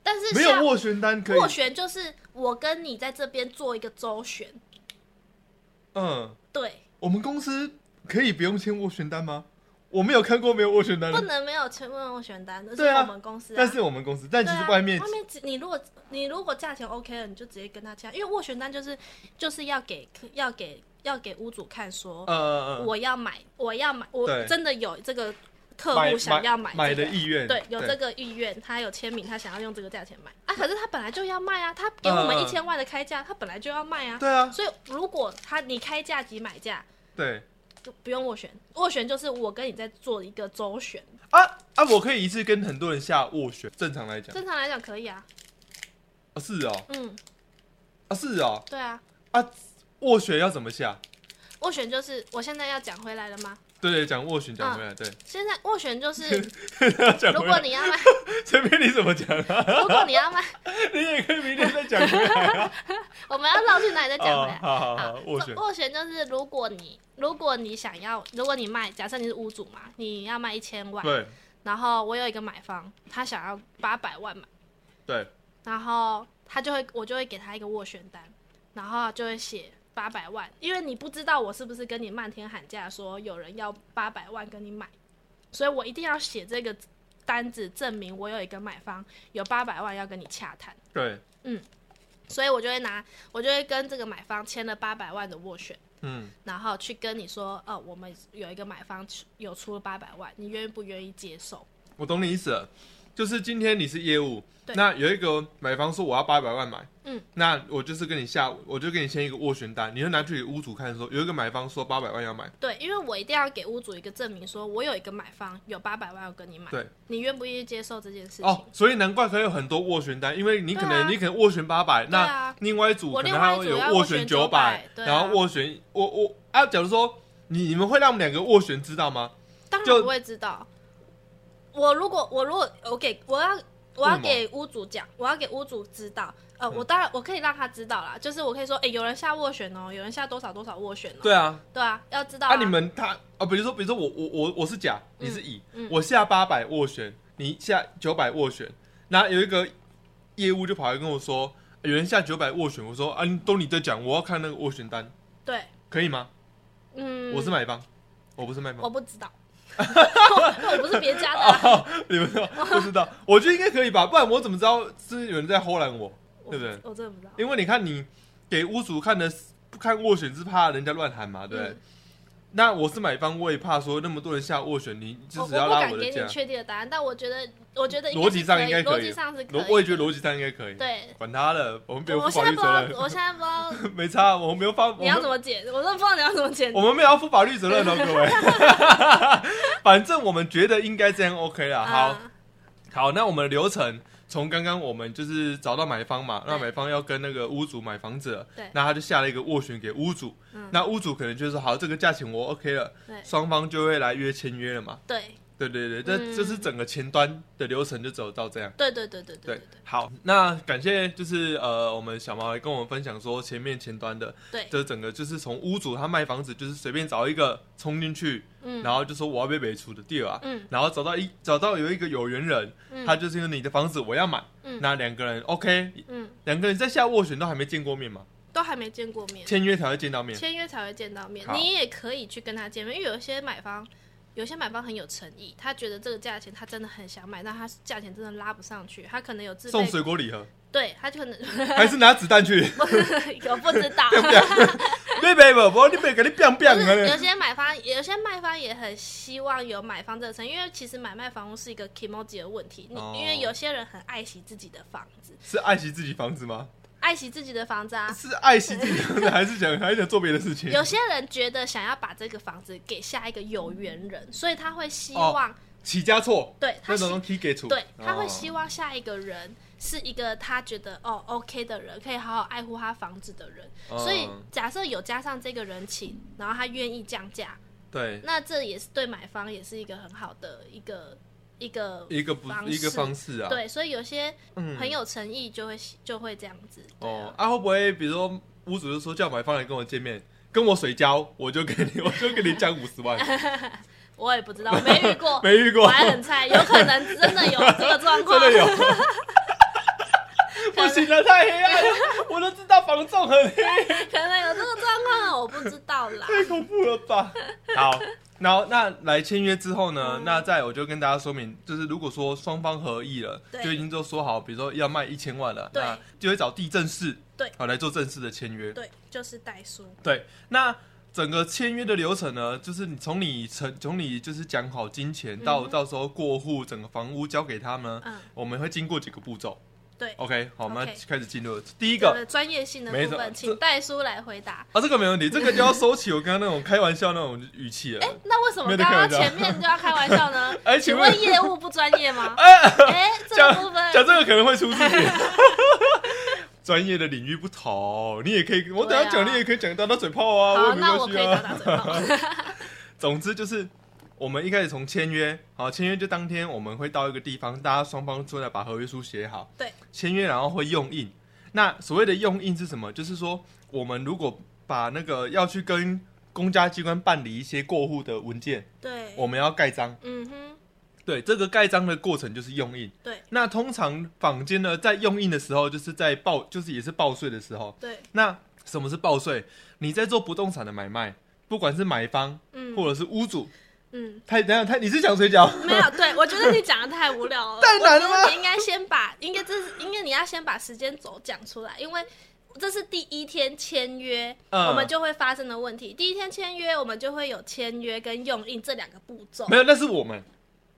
Speaker 1: 但是
Speaker 2: 没有
Speaker 1: 下
Speaker 2: 斡旋单可以，
Speaker 1: 斡旋就是我跟你在这边做一个周旋，
Speaker 2: 嗯，
Speaker 1: 对，
Speaker 2: 我们公司可以不用签斡旋单吗？我没有看过没有斡旋单
Speaker 1: 不
Speaker 2: 的，
Speaker 1: 能啊没有签问斡旋单，这是
Speaker 2: 嗯对啊
Speaker 1: 我们公司、啊，
Speaker 2: 但是我们公司，但其
Speaker 1: 对
Speaker 2: 实
Speaker 1: 啊
Speaker 2: 外面
Speaker 1: 外面只你如果你如果价钱 OK 了，你就直接跟他签，因为斡旋单就是就是要给要给要给屋主看说，
Speaker 2: 呃呃呃
Speaker 1: 我要买，我要买，我
Speaker 2: 对
Speaker 1: 真的有这个客户想要买、这个、
Speaker 2: 买的意愿，
Speaker 1: 对，有这个意愿，他有签名，他想要用这个价钱买啊。可是他本来就要卖啊，他给我
Speaker 2: 嗯
Speaker 1: 们
Speaker 2: 嗯
Speaker 1: 一千万的开价，他本来就要卖啊。
Speaker 2: 对啊，
Speaker 1: 所以如果他你开价即买价，
Speaker 2: 对
Speaker 1: 就不用斡旋，斡旋就是我跟你在做一个周旋。
Speaker 2: 啊啊，我可以一次跟很多人下斡旋，正常来讲，
Speaker 1: 正常来讲可以啊，
Speaker 2: 啊是哦，
Speaker 1: 嗯，
Speaker 2: 啊是哦，
Speaker 1: 对啊，
Speaker 2: 斡旋要怎么下？
Speaker 1: 斡旋就是我现在要讲回来了吗？
Speaker 2: 对对，讲斡旋讲回来，对，啊
Speaker 1: 现在斡旋就是，
Speaker 2: 讲
Speaker 1: 嗯如
Speaker 2: 回
Speaker 1: 果
Speaker 2: 来，
Speaker 1: 你要卖，
Speaker 2: 随便你怎么讲啊，
Speaker 1: 如果你要卖，
Speaker 2: 你也可以明天再讲回来啊。
Speaker 1: 我们要绕去 哪里再讲回来
Speaker 2: 哦？好
Speaker 1: 好
Speaker 2: 好好，，斡旋，
Speaker 1: 斡旋就是如果你如果你想要，如果你卖，假设你是屋主嘛，你要卖一千万，
Speaker 2: 对
Speaker 1: 然后我有一个买方，他想要八百万买，
Speaker 2: 对，
Speaker 1: 然后他就会我就会给他一个斡旋单，然后就会写八百万，因为你不知道我是不是跟你漫天喊价说有人要八百万跟你买，所以我一定要写这个单子，证明我有一个买方有八百万要跟你洽谈。
Speaker 2: 对，
Speaker 1: 所以我就会拿，我就会跟这个买方签了八百万的斡旋，
Speaker 2: 嗯，
Speaker 1: 然后去跟你说，呃，我们有一个买方出有出了八百万，你愿不愿意接受？
Speaker 2: 我懂你意思了，就是今天你是业务，
Speaker 1: 对
Speaker 2: 那有一个买方说我要八百万买，
Speaker 1: 嗯，
Speaker 2: 那我就是跟你下，我就跟你签一个斡旋单，你就拿去给屋主看说有一个买方说八百万要买，
Speaker 1: 对，因为我一定要给屋主一个证明，说我有一个买方有八百万要跟你买，
Speaker 2: 对，
Speaker 1: 你愿不愿意接受这件事情？
Speaker 2: 哦，所以难怪可以有很多斡旋单，因为你可能、
Speaker 1: 对啊
Speaker 2: 你可能斡旋八百、
Speaker 1: 对
Speaker 2: 那
Speaker 1: 啊
Speaker 2: 另外一组
Speaker 1: 我
Speaker 2: 可能
Speaker 1: 另外
Speaker 2: 还
Speaker 1: 一
Speaker 2: 会
Speaker 1: 组
Speaker 2: 有
Speaker 1: 要
Speaker 2: 斡
Speaker 1: 斡旋
Speaker 2: 九百、
Speaker 1: 900对啊
Speaker 2: 然后斡旋我我啊，假如说你你们会让我们两个斡旋知道吗？
Speaker 1: 当
Speaker 2: 就
Speaker 1: 然不会知道。我如果我如果我给我要我要
Speaker 2: 为什么嗯
Speaker 1: 给屋主讲，我要给屋主知道，呃，我当然我可以让他知道啦，就是我可以说，哎、有人下斡旋哦，有人下多少多少斡旋哦，
Speaker 2: 对啊，
Speaker 1: 对啊，要知道
Speaker 2: 啊你们他啊，比如说比如说我我我我是甲，你是乙，
Speaker 1: 嗯
Speaker 2: 我下八百斡旋，你下九百斡旋，那有一个业务就跑来跟我说，啊有人下九百斡旋，我说啊，你都你在讲，我要看那个斡旋单，
Speaker 1: 对，
Speaker 2: 可以吗？
Speaker 1: 嗯，
Speaker 2: 我是买方，我不是卖方
Speaker 1: 我。不知 道，我不是别家的啊啦，
Speaker 2: 哦，你们都不知道，我觉得应该可以吧，不然我怎么知道是有人在偷懒我？
Speaker 1: 我
Speaker 2: 哦对
Speaker 1: 不
Speaker 2: 不对
Speaker 1: 我真的不知道，
Speaker 2: 因为你看你给屋主看的不看斡旋是怕人家乱喊嘛，对不对？
Speaker 1: 嗯
Speaker 2: 那我是买方，我也怕说那么多人下斡旋，你就
Speaker 1: 我
Speaker 2: 只要
Speaker 1: 我不
Speaker 2: 拉
Speaker 1: 敢
Speaker 2: 的
Speaker 1: 给
Speaker 2: 价
Speaker 1: 你。确定的答案，但我觉得我觉得
Speaker 2: 逻辑上应该可
Speaker 1: 逻
Speaker 2: 以
Speaker 1: 辑上是可以的，
Speaker 2: 逻我也觉得逻辑上应该可以。
Speaker 1: 对。
Speaker 2: 管他了，我们不用
Speaker 1: 我
Speaker 2: 负
Speaker 1: 现
Speaker 2: 法
Speaker 1: 在不知道，
Speaker 2: 律责任，
Speaker 1: 我现在不知道
Speaker 2: 没差， 啊我们没有法，我
Speaker 1: 你要
Speaker 2: 们
Speaker 1: 怎么解，我都不知道你要怎么解。
Speaker 2: 我们没有要负法律责任哦，各位。 反正我们觉得应该这样 OK 啦。好，
Speaker 1: 啊
Speaker 2: 好，那我们的流程从刚刚我们就是找到买方嘛，
Speaker 1: 对
Speaker 2: 那买方要跟那个屋主买房子了，
Speaker 1: 对
Speaker 2: 那他就下了一个斡旋给屋主，
Speaker 1: 嗯
Speaker 2: 那屋主可能就说好，这个价钱我 OK 了，
Speaker 1: 对
Speaker 2: 双方就会来约签约了嘛，
Speaker 1: 对
Speaker 2: 对对对，这、
Speaker 1: 嗯
Speaker 2: 这是整个前端的流程就走到这样。
Speaker 1: 对对对对对
Speaker 2: 对
Speaker 1: 对，
Speaker 2: 好，那感谢就是呃，我们小毛来跟我们分享说前面前端的，
Speaker 1: 对对，
Speaker 2: 这整个就是从屋主他卖房子，就是随便找一个冲进去，
Speaker 1: 嗯
Speaker 2: 然后就说我要被北出的地儿啊，
Speaker 1: 嗯
Speaker 2: 然后找到一找到有一个有缘人，
Speaker 1: 嗯，
Speaker 2: 他就是因为你的房子我要买，
Speaker 1: 嗯
Speaker 2: 那两个人 OK，
Speaker 1: 嗯
Speaker 2: 两个人在下斡旋都还没见过面嘛，
Speaker 1: 都还没见过面，
Speaker 2: 签约才会见到面。
Speaker 1: 签约才会见到面
Speaker 2: 好。
Speaker 1: 你也可以去跟他见面，因为有一些买方，有些买方很有诚意，他觉得这个价钱他真的很想买，但他价钱真的拉不上去，他可能有自
Speaker 2: 送
Speaker 1: 备，
Speaker 2: 水果礼盒，
Speaker 1: 对他就可能
Speaker 2: 还是拿子弹去？
Speaker 1: 我不知道。
Speaker 2: 别别别，不，你别给你变变
Speaker 1: 不 是有
Speaker 2: 啊！
Speaker 1: 些买方，有些卖方也很希望有买方这个成，因为其实买卖房屋是一个 emoji 的问题。你、
Speaker 2: 哦
Speaker 1: 因为有些人很爱惜自己的房子，
Speaker 2: 是爱惜自己房子吗？
Speaker 1: 爱惜自己的房子啊，
Speaker 2: 是爱惜自己房子，还是想还是想做别的事情？
Speaker 1: 有些人觉得想要把这个房子给下一个有缘人，所以他会希
Speaker 2: 哦
Speaker 1: 望，
Speaker 2: 起家错，
Speaker 1: 对他
Speaker 2: 那
Speaker 1: 希
Speaker 2: 种东西给哦出，
Speaker 1: 对他会希
Speaker 2: 望。
Speaker 1: 望下一个人是一个他觉得哦 OK 的人，可以好好爱护他房子的人。
Speaker 2: 哦
Speaker 1: 所以假设有加上这个人情，然后他愿意降价，
Speaker 2: 对
Speaker 1: 那这也是对买方也是一个很好的一个一个
Speaker 2: 一个不
Speaker 1: 方式
Speaker 2: 一个方式啊，
Speaker 1: 对，所以有些
Speaker 2: 嗯
Speaker 1: 很有诚意就会喜就会这样子。对
Speaker 2: 哦
Speaker 1: 啊，
Speaker 2: 啊会不会比如说屋主就说叫买方来跟我见面，跟我水交，我就给你我就给你降五 十万，，
Speaker 1: 我也不知道，我没遇过
Speaker 2: 没遇过
Speaker 1: 我，还很菜，有可能真的有这个状况，
Speaker 2: 真的有。不行了，太黑暗了！我都知道防重很黑，
Speaker 1: 可能有这个状况啊，我不知道 啦。
Speaker 2: 太恐怖了 吧？好，然后那来签约之后
Speaker 1: 嗯
Speaker 2: 呢？那再我就跟大家说明，就是如果说双方合意了，
Speaker 1: 对
Speaker 2: 就已经都说好，比如说要卖一千万了，
Speaker 1: 对
Speaker 2: 那就会找地震室，
Speaker 1: 对
Speaker 2: 好来做正式的签约。
Speaker 1: 对，就是代书。
Speaker 2: 对，那整个签约的流程呢，就是你从你成从你就是讲好金钱到、
Speaker 1: 嗯哼
Speaker 2: 到时候过户，整个房屋交给他们，
Speaker 1: 嗯，
Speaker 2: 我们会经过几个步骤。
Speaker 1: 对。
Speaker 2: OK，好，我们
Speaker 1: OK
Speaker 2: 开始进入第一
Speaker 1: 这
Speaker 2: 个。
Speaker 1: 个专业性的
Speaker 2: 没
Speaker 1: 部
Speaker 2: 错
Speaker 1: 分，
Speaker 2: 这
Speaker 1: 请代书来回答。
Speaker 2: 啊，这个没问题，这个就要收起我刚刚那种开玩笑那种语气了
Speaker 1: 哎。，那为什
Speaker 2: 没
Speaker 1: 么
Speaker 2: 得
Speaker 1: 刚
Speaker 2: 开玩
Speaker 1: 刚
Speaker 2: 笑？
Speaker 1: 前面就要开玩笑呢
Speaker 2: 哎请
Speaker 1: 请
Speaker 2: 问
Speaker 1: 问业务不专业 吗？哎，这个
Speaker 2: 讲
Speaker 1: 部
Speaker 2: 讲
Speaker 1: 分
Speaker 2: 这个可能会出事 情。专业的领域不同，你也可以，我等下
Speaker 1: 对啊
Speaker 2: 讲，你也可以讲打打嘴炮啊，我
Speaker 1: 好，
Speaker 2: 也
Speaker 1: 那
Speaker 2: 没
Speaker 1: 我可
Speaker 2: 关系
Speaker 1: 以打
Speaker 2: 啊。
Speaker 1: 打嘴 炮。
Speaker 2: 总之就是，我们一开始从签约，好，签约就当天我们会到一个地方，大家双方坐在把合约书写好，
Speaker 1: 对，
Speaker 2: 签约然后会用印。那所谓的用印是什么？就是说，我们如果把那个要去跟公家机关办理一些过户的文件，
Speaker 1: 对，
Speaker 2: 我们要盖章。
Speaker 1: 嗯哼，
Speaker 2: 对，这个盖章的过程就是用印。
Speaker 1: 对
Speaker 2: 那通常坊间呢，在用印的时候，就是在报，就是也是报税的时候。
Speaker 1: 对，
Speaker 2: 那什么是报税？你在做不动产的买卖，不管是买方
Speaker 1: 嗯，哦
Speaker 2: 或者是屋主，
Speaker 1: 嗯，
Speaker 2: 太等一下太，你是想水饺？
Speaker 1: 没有，对我觉得你讲的太无聊了，
Speaker 2: 太难了吗
Speaker 1: 我觉得你应该先把，应该这是应该你要先把时间轴讲出来，因为这是第一天签约，
Speaker 2: 嗯
Speaker 1: 我们就会发生的问题。第一天签约，我们就会有签约跟用印这两个步骤。
Speaker 2: 没有，那是我们，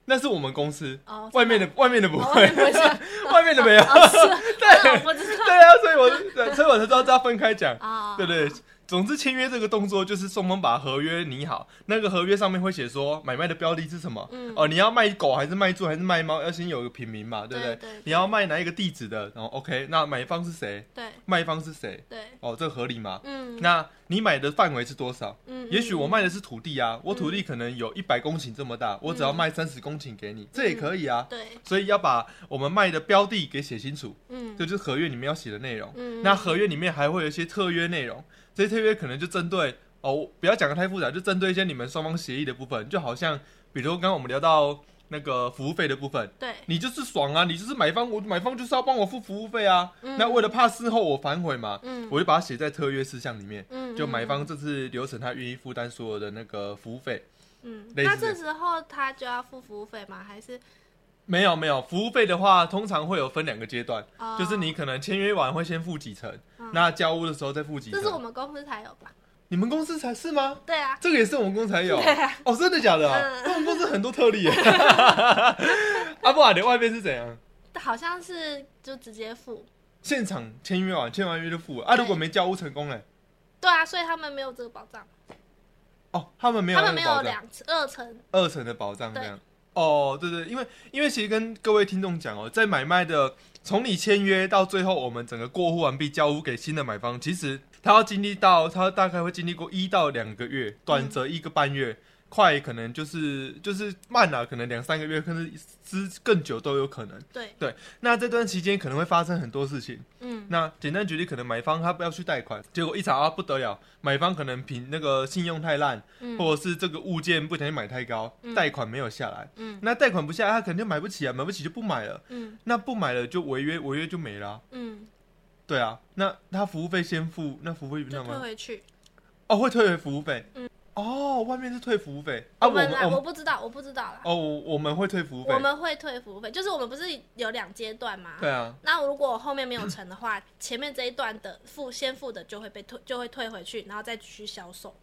Speaker 2: 那是我们公司，
Speaker 1: 哦，
Speaker 2: 外面的外面的不
Speaker 1: 哦
Speaker 2: 会
Speaker 1: 外面，不会
Speaker 2: 外面的没有。
Speaker 1: 哦是
Speaker 2: 对
Speaker 1: 哦我不知道
Speaker 2: 对啊，所以我对所以我才知道这要分开讲。
Speaker 1: 啊，
Speaker 2: 对对，总之签约这个动作就是双方把合约拟好，那个合约上面会写说买卖的标的是什么，
Speaker 1: 嗯
Speaker 2: 哦，你要卖狗还是卖猪还是卖猫，要先有个品名嘛，对不
Speaker 1: 对对对
Speaker 2: 你要卖哪一个地址的，然后 OK，那买方是谁，
Speaker 1: 对
Speaker 2: 卖方是谁，
Speaker 1: 对，
Speaker 2: 哦，这合理吗？
Speaker 1: 嗯，
Speaker 2: 那你买的范围是多少？
Speaker 1: 嗯，
Speaker 2: 也许我
Speaker 1: 嗯
Speaker 2: 卖的是土地啊，我土地可能有一百公顷这么大，我只要卖三十公顷
Speaker 1: 嗯
Speaker 2: 给你，这也可以啊。
Speaker 1: 对，
Speaker 2: 所以要把我们卖的标的给写清楚，
Speaker 1: 嗯
Speaker 2: 这就是合约里面要写的内容。
Speaker 1: 嗯，
Speaker 2: 那合约里面还会有一些特约内容，这些特约可能就针对哦，我不要讲的太复杂，就针对一些你们双方协议的部分，就好像比如说刚刚我们聊到那个服务费的部分，
Speaker 1: 对，
Speaker 2: 你就是爽啊，你就是买方，我买方就是要帮我付服务费啊。
Speaker 1: 嗯
Speaker 2: 那为了怕事后我反悔嘛，
Speaker 1: 嗯
Speaker 2: 我就把它写在特约事项里面，
Speaker 1: 嗯
Speaker 2: 就买
Speaker 1: 嗯
Speaker 2: 方这次流程他愿意负担所有的那个服务费。
Speaker 1: 嗯，
Speaker 2: 类似
Speaker 1: 那
Speaker 2: 这
Speaker 1: 这
Speaker 2: 样
Speaker 1: 时候他就要付服务费吗？还是
Speaker 2: 没有没有，服务费的话，通常会有分两个阶段，
Speaker 1: 哦
Speaker 2: 就是你可能签约完会先付几成，
Speaker 1: 嗯
Speaker 2: 那交屋的时候再付几
Speaker 1: 这是我
Speaker 2: 成。
Speaker 1: 们公司才有吧？
Speaker 2: 你们公司才是吗？
Speaker 1: 对啊，
Speaker 2: 这个也是我们公司才有
Speaker 1: 对啊
Speaker 2: 哦，真的假的啊？
Speaker 1: 嗯
Speaker 2: 那我们公司很多特例 耶。啊阿布瓦的外面是怎样？
Speaker 1: 好像是就直接付。
Speaker 2: 现场签约完，签完约就付了啊！
Speaker 1: 对
Speaker 2: 如果没交屋成功嘞，
Speaker 1: 对啊，所以他们没有这个保障，
Speaker 2: 哦，他们没有
Speaker 1: 他
Speaker 2: 那
Speaker 1: 们
Speaker 2: 个
Speaker 1: 没
Speaker 2: 保
Speaker 1: 有
Speaker 2: 障，
Speaker 1: 两层二层，
Speaker 2: 二层的保障这
Speaker 1: 对
Speaker 2: 样。哦，对对，因为因为其实跟各位听众讲哦，在买卖的从你签约到最后，我们整个过户完毕交屋给新的买方，其实他要经历到他大概会经历过一到两个月，短则一个半月，快可能就是就是慢啊，可能两三个月，甚至之更久都有可能。
Speaker 1: 对，
Speaker 2: 那这段期间可能会发生很多事情。
Speaker 1: 嗯
Speaker 2: 那简单举例，可能买方他不要去贷款，结果一查啊不得了，买方可能凭那个信用太烂，
Speaker 1: 嗯
Speaker 2: 或者是这个物件不小心买太高，
Speaker 1: 嗯
Speaker 2: 贷款没有下来，
Speaker 1: 嗯
Speaker 2: 那贷款不下来，他肯定买不起啊，买不起就不买了，
Speaker 1: 嗯
Speaker 2: 那不买了就违约，违约就没了啊、
Speaker 1: 嗯，
Speaker 2: 对啊，那他服务费先付，那服务费
Speaker 1: 就
Speaker 2: 那
Speaker 1: 退
Speaker 2: 吗？
Speaker 1: 回去。
Speaker 2: 哦，会退回服务费。
Speaker 1: 嗯
Speaker 2: 哦，外面是退服务费啊，我
Speaker 1: 们
Speaker 2: 们
Speaker 1: 来，
Speaker 2: 我
Speaker 1: 我
Speaker 2: 们
Speaker 1: 不知道，我不知道啦。
Speaker 2: 哦，我我们会退服务费
Speaker 1: 我。们会退服务费，就是我们不是有两阶段吗？
Speaker 2: 对啊，
Speaker 1: 那如果我后面没有成的话，前面这一段的付先付的就会被退，就会退回去，然后再继续销售。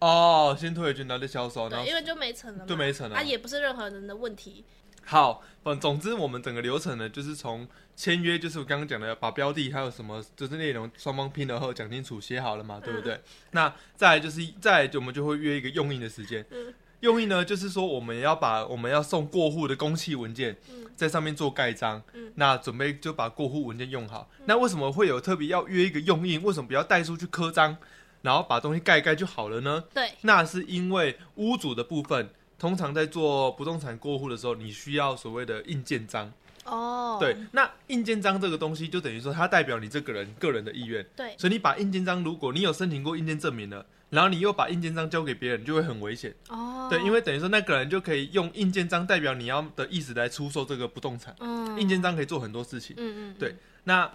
Speaker 2: 哦，先退回去，然后再销售，然
Speaker 1: 对，
Speaker 2: 后
Speaker 1: 因为就没成了嘛，
Speaker 2: 哦就没成了
Speaker 1: 啊，也不是任何人的问题。
Speaker 2: 好，反总之我们整个流程呢，就是从签约，就是我刚刚讲的，把标的还有什么就是内容双方拼了后讲清楚，写好了嘛，对不对？
Speaker 1: 嗯
Speaker 2: 那再来就是再来我们就会约一个用印的时间。
Speaker 1: 嗯
Speaker 2: 用印呢，就是说我们要把我们要送过户的公契文件
Speaker 1: 嗯，
Speaker 2: 在上面做盖章，
Speaker 1: 嗯
Speaker 2: 那准备就把过户文件用好。那为什么会有特别要约一个用印？为什么不要带出去刻章，然后把东西盖一盖就好了呢？
Speaker 1: 对，
Speaker 2: 那是因为屋主的部分，通常在做不动产过户的时候，你需要所谓的印鉴章。
Speaker 1: 哦，
Speaker 2: 对，那印鉴章这个东西，就等于说它代表你这个人个人的意愿。
Speaker 1: 对，
Speaker 2: 所以你把印鉴章，如果你有申请过印鉴证明了，然后你又把印鉴章交给别人，就会很危险。
Speaker 1: 哦，
Speaker 2: 对，因
Speaker 1: 为
Speaker 2: 为等于说那个人就可以用印鉴章代表你要的意思来出售这个不动产。
Speaker 1: 嗯，
Speaker 2: 印鉴章可以做很多事情。
Speaker 1: 嗯嗯，
Speaker 2: 对那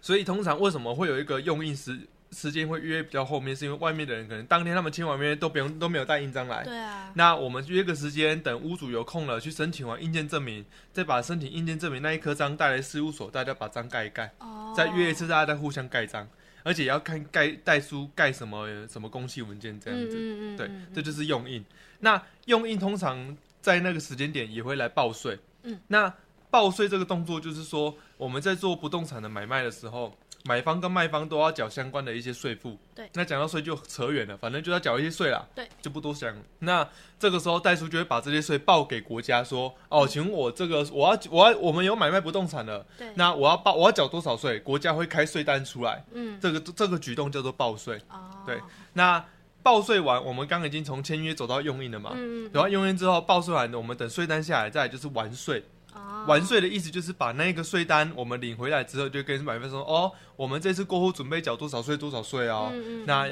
Speaker 2: 所以通常为什么会有一个用印时时间会约比较后面，是因为外面的人可能当天他们签完约都不用都没有带印章来。
Speaker 1: 对啊，
Speaker 2: 那我们约个时间，等屋主有空了，去申请完印鉴证明，再把申请印鉴证明那一颗章带来事务所，大家把章盖一盖，
Speaker 1: 哦，
Speaker 2: 再约一次，大家再互相盖章，而且也要看盖代书盖什么什么公契文件这样
Speaker 1: 嗯
Speaker 2: 子。
Speaker 1: 嗯嗯，
Speaker 2: 对
Speaker 1: 嗯，
Speaker 2: 这就是用印。那用印通常在那个时间点也会来报税。
Speaker 1: 嗯，
Speaker 2: 那报税这个动作就是说，我们在做不动产的买卖的时候，买方跟卖方都要缴相关的一些税负。
Speaker 1: 对
Speaker 2: 那讲到税就扯远了，反正就要缴一些税啦。
Speaker 1: 对，
Speaker 2: 就不多想了。那这个时候，代书就会把这些税报给国家，说：“哦，请问我这个我要我要我们有买卖不动产了，
Speaker 1: 嗯对，
Speaker 2: 那我要报我要缴多少税？国家会开税单出来。
Speaker 1: 嗯，
Speaker 2: 这个这个举动叫做报税。
Speaker 1: 哦，
Speaker 2: 对那报税完，我们刚刚已经从签约走到用印了嘛？
Speaker 1: 嗯，嗯
Speaker 2: 然后用印之后报税完，我们等税单下来，再来就是完税。
Speaker 1: 嗯，
Speaker 2: 完
Speaker 1: 哦，
Speaker 2: 税的意思就是把那个税单我们领回来之后，就跟买方说：“哦，我们这次过户准备缴多少税，多少税哦。
Speaker 1: 嗯嗯
Speaker 2: 那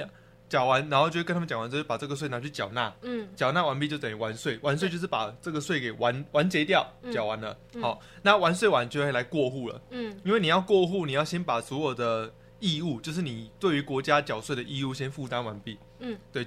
Speaker 2: 缴完，然后就跟他们讲完之后，把这个税拿去缴纳。
Speaker 1: 嗯
Speaker 2: 缴纳完毕就等于完税，完税就是把这个税给完完结掉，
Speaker 1: 嗯
Speaker 2: 缴完了。
Speaker 1: 嗯
Speaker 2: 好，那完税完就会来过户了。
Speaker 1: 嗯
Speaker 2: 因为你要过户，你要先把所有的义务，就是你对于国家缴税的义务先负担完毕。
Speaker 1: 嗯，
Speaker 2: 对，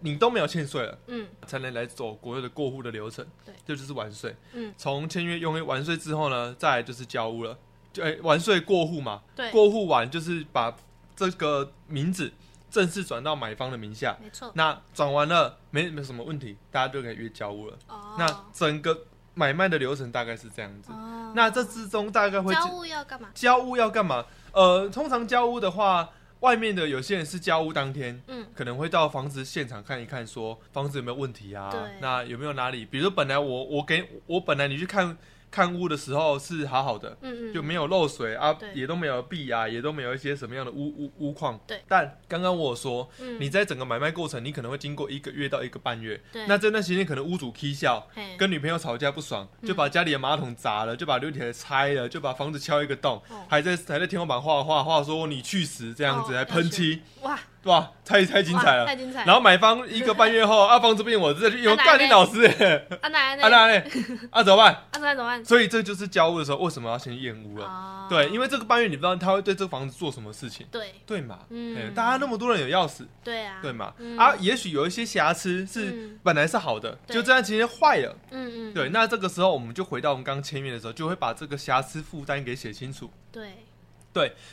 Speaker 2: 你都没有欠税了，
Speaker 1: 嗯
Speaker 2: 才能来走国有的过户的流程。
Speaker 1: 对，
Speaker 2: 这就是完税。
Speaker 1: 嗯，
Speaker 2: 从签约用约完税之后呢，再来就是交屋了，就哎、完税过户嘛，
Speaker 1: 对，
Speaker 2: 过户完就是把这个名字正式转到买方的名下。
Speaker 1: 没错。
Speaker 2: 那转完了没没什么问题，大家就可以约交屋了。
Speaker 1: 哦，
Speaker 2: 那整个买卖的流程大概是这样子。
Speaker 1: 哦，
Speaker 2: 那这之中大概会
Speaker 1: 交物要干嘛？
Speaker 2: 交屋要干嘛？呃，通常交屋的话，外面的有些人是交屋当天。
Speaker 1: 嗯，
Speaker 2: 可能会到房子现场看一看，说房子有没有问题啊
Speaker 1: 对？
Speaker 2: 那有没有哪里？比如说本来我我给我本来你去看看屋的时候是好好的，
Speaker 1: 嗯嗯，
Speaker 2: 就没有漏水啊
Speaker 1: 对，
Speaker 2: 也都没有壁啊，也都没有一些什么样的屋屋屋况。
Speaker 1: 对。
Speaker 2: 但刚刚我有说，
Speaker 1: 嗯
Speaker 2: 你在整个买卖过程，你可能会经过一个月到一个半月，
Speaker 1: 对
Speaker 2: 那这段时间可能屋主 k 笑。
Speaker 1: 嘿
Speaker 2: 跟女朋友吵架不爽，
Speaker 1: 嗯
Speaker 2: 就把家里的马桶砸了，就把溜铁拆了，就把房子敲一个洞，
Speaker 1: 哦
Speaker 2: 还在还在天花板画画，画说你去死这样子，
Speaker 1: 哦
Speaker 2: 还喷漆，
Speaker 1: 哇，
Speaker 2: 对吧？太太精彩
Speaker 1: 哇
Speaker 2: 了
Speaker 1: 太。精彩了。
Speaker 2: 然后买方一个半 月后，啊，房子变我这里有
Speaker 1: 啊哪
Speaker 2: 干
Speaker 1: 嘞
Speaker 2: 你 老师欸，
Speaker 1: 啊奶
Speaker 2: 啊
Speaker 1: 奶，
Speaker 2: 那嘞，啊怎么办？
Speaker 1: 啊奶怎么办？
Speaker 2: 所以这就是交屋的时候，为什么要先验屋了？
Speaker 1: 哦
Speaker 2: 对，因为这个半月你不知道他会对这个房子做什么事情，
Speaker 1: 对
Speaker 2: 对嘛？
Speaker 1: 嗯
Speaker 2: 嗯，大家那么多人有钥匙，
Speaker 1: 对啊，
Speaker 2: 对嘛？
Speaker 1: 嗯
Speaker 2: 啊，也许有一些瑕疵是
Speaker 1: 嗯
Speaker 2: 本来是好的，
Speaker 1: 对
Speaker 2: 就这段期间坏了。
Speaker 1: 嗯嗯，
Speaker 2: 对，那这个时候我们就回到我们刚签约的时候，就会把这个瑕疵负担给写清楚。
Speaker 1: 对，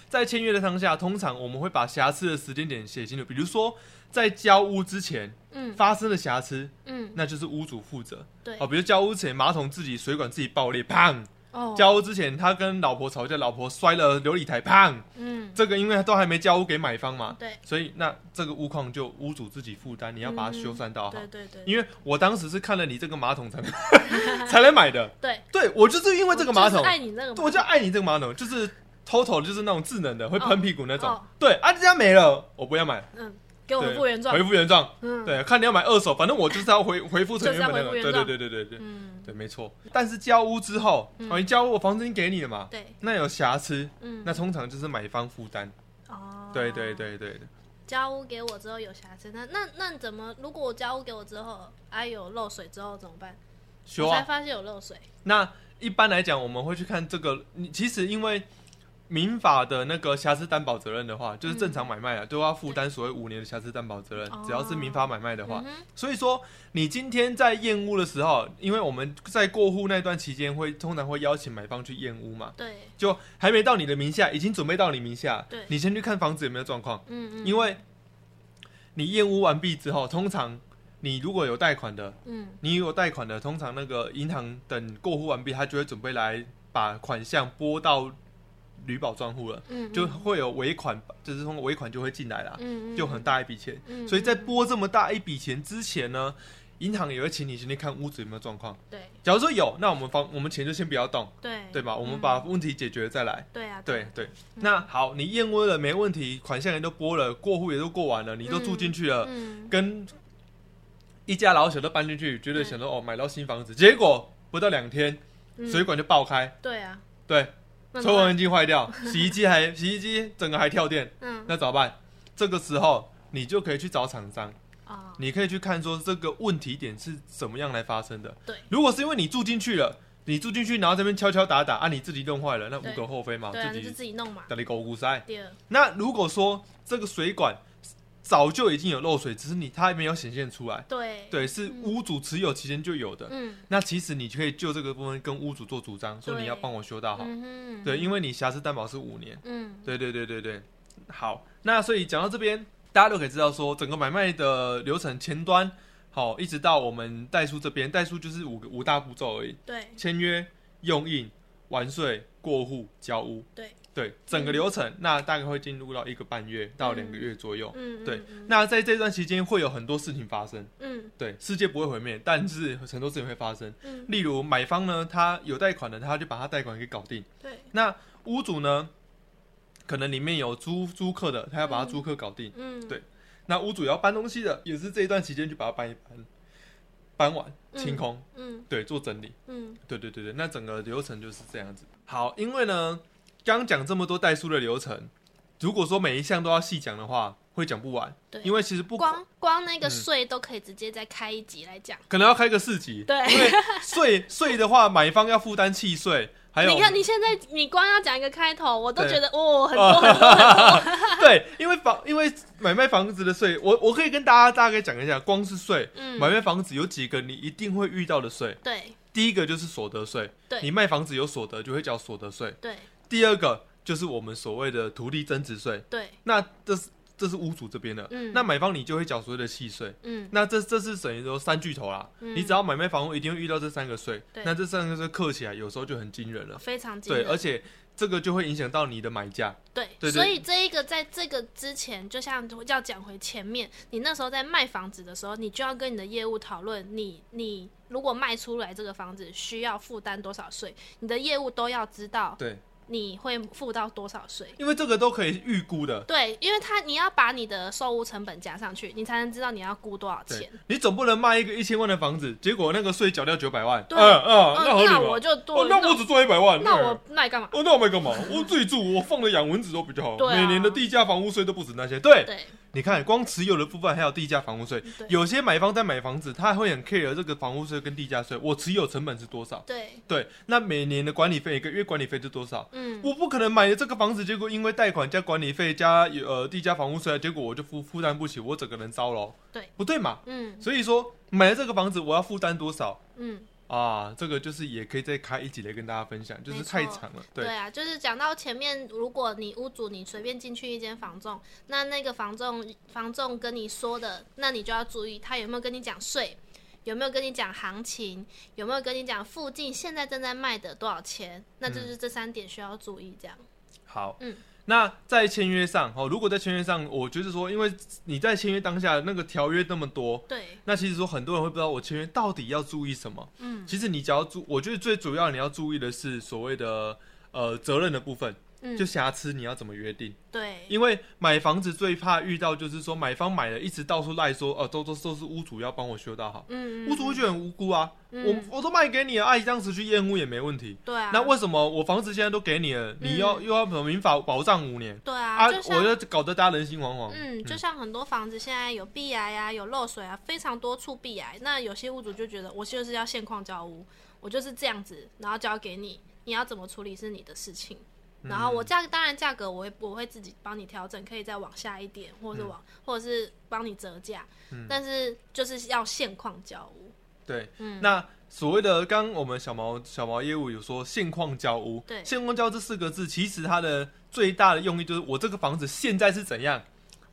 Speaker 2: 在签约的当下，通常我们会把瑕疵的时间点写清楚，比如说在交屋之前
Speaker 1: 嗯
Speaker 2: 发生的瑕疵，
Speaker 1: 嗯
Speaker 2: 那就是屋主负责。哦
Speaker 1: 对
Speaker 2: 好，比如交屋前马桶自己水管自己爆裂，砰！
Speaker 1: 哦，
Speaker 2: 交屋之前他跟老婆吵架，老婆摔了琉璃台，砰！
Speaker 1: 嗯
Speaker 2: 这个因为都还没交屋给买方嘛，
Speaker 1: 对
Speaker 2: 所以那这个屋况就屋主自己负担，你要把它修缮到好。
Speaker 1: 对对对
Speaker 2: 因为我当时是看了你这个马桶才 能才来买的，
Speaker 1: 对，
Speaker 2: 对我就是因为这个马
Speaker 1: 我
Speaker 2: 桶
Speaker 1: 就是，爱你那个马桶，
Speaker 2: 我就爱你这个马桶，就是偷偷的就是那种智能的，会喷屁股那种
Speaker 1: 哦。
Speaker 2: 对啊，这家没了，我不要买，
Speaker 1: 嗯，给我
Speaker 2: 对
Speaker 1: 们复原状，
Speaker 2: 回复原状。
Speaker 1: 嗯
Speaker 2: 对，看你要买二手，反正我就是要回 回复成原本
Speaker 1: 就
Speaker 2: 那个。
Speaker 1: 是要回复原
Speaker 2: 对对
Speaker 1: 状
Speaker 2: 对对对对，
Speaker 1: 嗯
Speaker 2: 对，没错。但是交屋之后，
Speaker 1: 嗯
Speaker 2: 哦，你交屋我房子已经给你了嘛，
Speaker 1: 对
Speaker 2: 那有瑕疵，
Speaker 1: 嗯
Speaker 2: 那通常就是买方负担。
Speaker 1: 哦，
Speaker 2: 对对，对对对，
Speaker 1: 交屋给我之后有瑕疵，那那那怎么？如果我交屋给我之后，啊有漏水之后怎么办？
Speaker 2: 修
Speaker 1: 我才
Speaker 2: 啊。
Speaker 1: 发现有漏水，
Speaker 2: 那一般来讲，我们会去看这个，你其实因为。民法的那个瑕疵担保责任的话，就是正常买
Speaker 1: 嗯
Speaker 2: 卖啊，都要负担所谓五年的瑕疵担保责任。
Speaker 1: 哦
Speaker 2: 只要是民法买卖的话
Speaker 1: 嗯，哼
Speaker 2: 所以说，你今天在验屋的时候，因为我们在过户那段期间会通常会邀请买方去验屋嘛，
Speaker 1: 对，
Speaker 2: 就还没到你的名下，已经准备到你名下
Speaker 1: 对，
Speaker 2: 你先去看房子有没有状况，
Speaker 1: 嗯嗯，
Speaker 2: 因为你验屋完毕之后，通常你如果有贷款的，
Speaker 1: 嗯
Speaker 2: 你有贷款的，通常那个银行等过户完毕，他就会准备来把款项拨到旅保专户了，
Speaker 1: 嗯
Speaker 2: 就会有尾款，就是通过尾款就会进来啦，
Speaker 1: 嗯嗯
Speaker 2: 就很，大一笔钱。
Speaker 1: 嗯
Speaker 2: 所以在拨这么大一笔钱之前呢，银行也会请你先去看屋子有没有状况。
Speaker 1: 对
Speaker 2: 假如说有，那我们房我们钱就先不要动，
Speaker 1: 对
Speaker 2: 对吧？我们
Speaker 1: 嗯
Speaker 2: 把问题解决了再来。
Speaker 1: 对啊
Speaker 2: 对对，那好，你验屋了没问题，款项也都拨了，过户也都过完了，你都住进去了，
Speaker 1: 嗯
Speaker 2: 跟一家老小都搬进去，觉得想说哦买到新房子，结果不到两天
Speaker 1: 嗯
Speaker 2: 水管就爆开，
Speaker 1: 对啊，
Speaker 2: 对，
Speaker 1: 那
Speaker 2: 抽油烟机坏掉，洗衣机还洗衣机整个还跳电，
Speaker 1: 嗯
Speaker 2: 那怎么办？这个时候你就可以去找厂商。
Speaker 1: 啊
Speaker 2: 你可以去看说这个问题点是怎么样来发生的。
Speaker 1: 对
Speaker 2: 如果是因为你住进去了，你住进去然后这边敲敲打打啊，你自己弄坏了，那
Speaker 1: 对
Speaker 2: 无可厚非嘛，
Speaker 1: 对啊，
Speaker 2: 自
Speaker 1: 那就
Speaker 2: 己
Speaker 1: 自己弄嘛。
Speaker 2: 打你狗骨塞。
Speaker 1: 第二，
Speaker 2: 那如果说这个水管早就已经有漏水，只是你它还没有显现出来，
Speaker 1: 对，
Speaker 2: 对，是
Speaker 1: 嗯
Speaker 2: 屋主持有期间就有的。
Speaker 1: 嗯
Speaker 2: 那其实你可以就这个部分跟屋主做主张，说
Speaker 1: 对
Speaker 2: 你要帮我修到好。
Speaker 1: 嗯哼，
Speaker 2: 对，因为你瑕疵担保是五年。
Speaker 1: 嗯
Speaker 2: 对对对对对，好，那所以讲到这边，大家都可以知道说，整个买卖的流程前端，好，一直到我们代书这边，代书就是五个五大步骤而已：
Speaker 1: 对
Speaker 2: 签约、用印、完税、过户、交屋。
Speaker 1: 对，
Speaker 2: 对，整个流程，那大概会进入到一个半月到两个月左右。
Speaker 1: 嗯
Speaker 2: 对
Speaker 1: 嗯
Speaker 2: 那在这段期间会有很多事情发生，
Speaker 1: 嗯
Speaker 2: 对，世界不会毁灭，但是很多事情会发生。
Speaker 1: 嗯
Speaker 2: 例如买方呢，他有贷款的，他就把他贷款给搞定。
Speaker 1: 对
Speaker 2: 那屋主呢，可能里面有租租客的，他要把
Speaker 1: 嗯
Speaker 2: 他租客搞定。
Speaker 1: 嗯
Speaker 2: 对那屋主要搬东西的，也是这一段期间就把它搬一搬，搬完
Speaker 1: 嗯
Speaker 2: 清空，
Speaker 1: 嗯
Speaker 2: 对，做整理。
Speaker 1: 嗯
Speaker 2: 对对对对，那整个流程就是这样子。好，因为呢，刚讲这么多代书的流程，如果说每一项都要细讲的话，会讲不完。
Speaker 1: 对
Speaker 2: 因为其实不
Speaker 1: 光光那个
Speaker 2: 嗯
Speaker 1: 税都可以直接再开一集来讲，
Speaker 2: 可能要开个四集。
Speaker 1: 对
Speaker 2: 因为税税的话，买方要负担契税， 还有
Speaker 1: 你看你现在你光要讲一个开头，我都
Speaker 2: 对
Speaker 1: 觉得哦，很多很多很多。
Speaker 2: 对，因为房因为买卖房子的税，我我可以跟大家大概讲一下，光是税，买
Speaker 1: 嗯，
Speaker 2: 卖房子有几个你一定会遇到的税。
Speaker 1: 对
Speaker 2: 第一个就是所得税，
Speaker 1: 对
Speaker 2: 你卖房子有所得就会缴所得税。
Speaker 1: 对
Speaker 2: 第二个就是我们所谓的土地增值税，
Speaker 1: 对，
Speaker 2: 那这是这是屋主这边的，
Speaker 1: 嗯
Speaker 2: 那买方你就会缴所谓的契税。
Speaker 1: 嗯
Speaker 2: 那这这是等于说三巨头啦，
Speaker 1: 嗯
Speaker 2: 你只要买卖房屋一定会遇到这三个税，
Speaker 1: 对
Speaker 2: 那这三个税扣起来有时候就很惊人了，
Speaker 1: 非常惊
Speaker 2: 对，
Speaker 1: 人。
Speaker 2: 而且这个就会影响到你的买价，
Speaker 1: 对，
Speaker 2: 对对
Speaker 1: 所以这一个在这个之前，就像要讲回前面，你那时候在卖房子的时候，你就要跟你的业务讨论，你你如果卖出来这个房子需要负担多少税，你的业务都要知道
Speaker 2: 对，
Speaker 1: 你会付到多少税。
Speaker 2: 因为这个都可以预估的，
Speaker 1: 对，因为他你要把你的售屋成本加上去，你才能知道你要估多少
Speaker 2: 对
Speaker 1: 钱。，
Speaker 2: 你总不能卖一个一千万的房子，结果那个税缴掉九百万，
Speaker 1: 对
Speaker 2: 嗯嗯，
Speaker 1: 哦
Speaker 2: 那合理
Speaker 1: 那
Speaker 2: 吗？
Speaker 1: 我就
Speaker 2: 哦
Speaker 1: 多，，
Speaker 2: 那我只赚一百万，
Speaker 1: 那
Speaker 2: 嗯
Speaker 1: 我卖干嘛？
Speaker 2: 哦，那我卖干嘛？我自己住，我放了养蚊子都比较好。
Speaker 1: 对啊
Speaker 2: 每年的地价房屋税都不止那些。对，
Speaker 1: 对
Speaker 2: 你看光持有的部分还有地价房屋税，
Speaker 1: 嗯对
Speaker 2: 有些买方在买房子，他会很 care 这个房屋税跟地价税，我持有成本是多少？
Speaker 1: 对，
Speaker 2: 对，那每年的管理费，一个月管理费是多少？
Speaker 1: 嗯，
Speaker 2: 我不可能买了这个房子，结果因为贷款加管理费加呃地价房屋税，结果我就负负担不起，我整个人糟了。
Speaker 1: 对，
Speaker 2: 不对嘛？
Speaker 1: 嗯
Speaker 2: 所以说买了这个房子，我要负担多少？
Speaker 1: 嗯，
Speaker 2: 啊，这个就是也可以再开一集来跟大家分享，就是
Speaker 1: 没错
Speaker 2: 太长了，对
Speaker 1: 对啊，就是讲到前面，如果你屋主你随便进去一间房仲，那那个房仲房仲跟你说的，那你就要注意他有没有跟你讲税，有没有跟你讲行情，有没有跟你讲附近现在正在卖的多少钱，那
Speaker 2: 嗯
Speaker 1: 就是这三点需要注意。这样，
Speaker 2: 好，
Speaker 1: 嗯
Speaker 2: 那在签约上，哦，如果在签约上，我觉得说，因为你在签约当下那个条约那么多，
Speaker 1: 对，
Speaker 2: 那其实说很多人会不知道我签约到底要注意什么。
Speaker 1: 嗯
Speaker 2: 其实你只要注，我觉得最主要你要注意的是所谓的呃责任的部分，就
Speaker 1: 嗯，
Speaker 2: 瑕疵你要怎么约定。
Speaker 1: 对，
Speaker 2: 因为买房子最怕遇到就是说买方买了一直到处赖说，哦、都都都是屋主要帮我修到好，
Speaker 1: 嗯，
Speaker 2: 屋主会觉得很无辜啊，
Speaker 1: 嗯
Speaker 2: 我我都卖给你了，阿姨当时去验屋也没问题。
Speaker 1: 对啊，
Speaker 2: 那为什么我房子现在都给你了，你要、又要什么民法保障五年
Speaker 1: 对
Speaker 2: 啊？
Speaker 1: 啊，就像
Speaker 2: 我就搞得大家人心惶惶。
Speaker 1: 嗯，就像很多房子现在有壁癌啊，有漏水啊，非常多处壁癌。那有些屋主就觉得，我就是要现况交屋，我就是这样子，然后交给你，你要怎么处理是你的事情。
Speaker 2: 嗯
Speaker 1: 然后我价当然价格我会我会自己帮你调整，可以再往下一点，或
Speaker 2: 嗯
Speaker 1: 者是往、或者是帮你折价，但是就是要现况交屋。
Speaker 2: 对，
Speaker 1: 嗯
Speaker 2: 那所谓的刚刚我们小毛小毛业务有说现况交屋，
Speaker 1: 对
Speaker 2: 现况交这四个字，其实它的最大的用意就是我这个房子现在是怎样，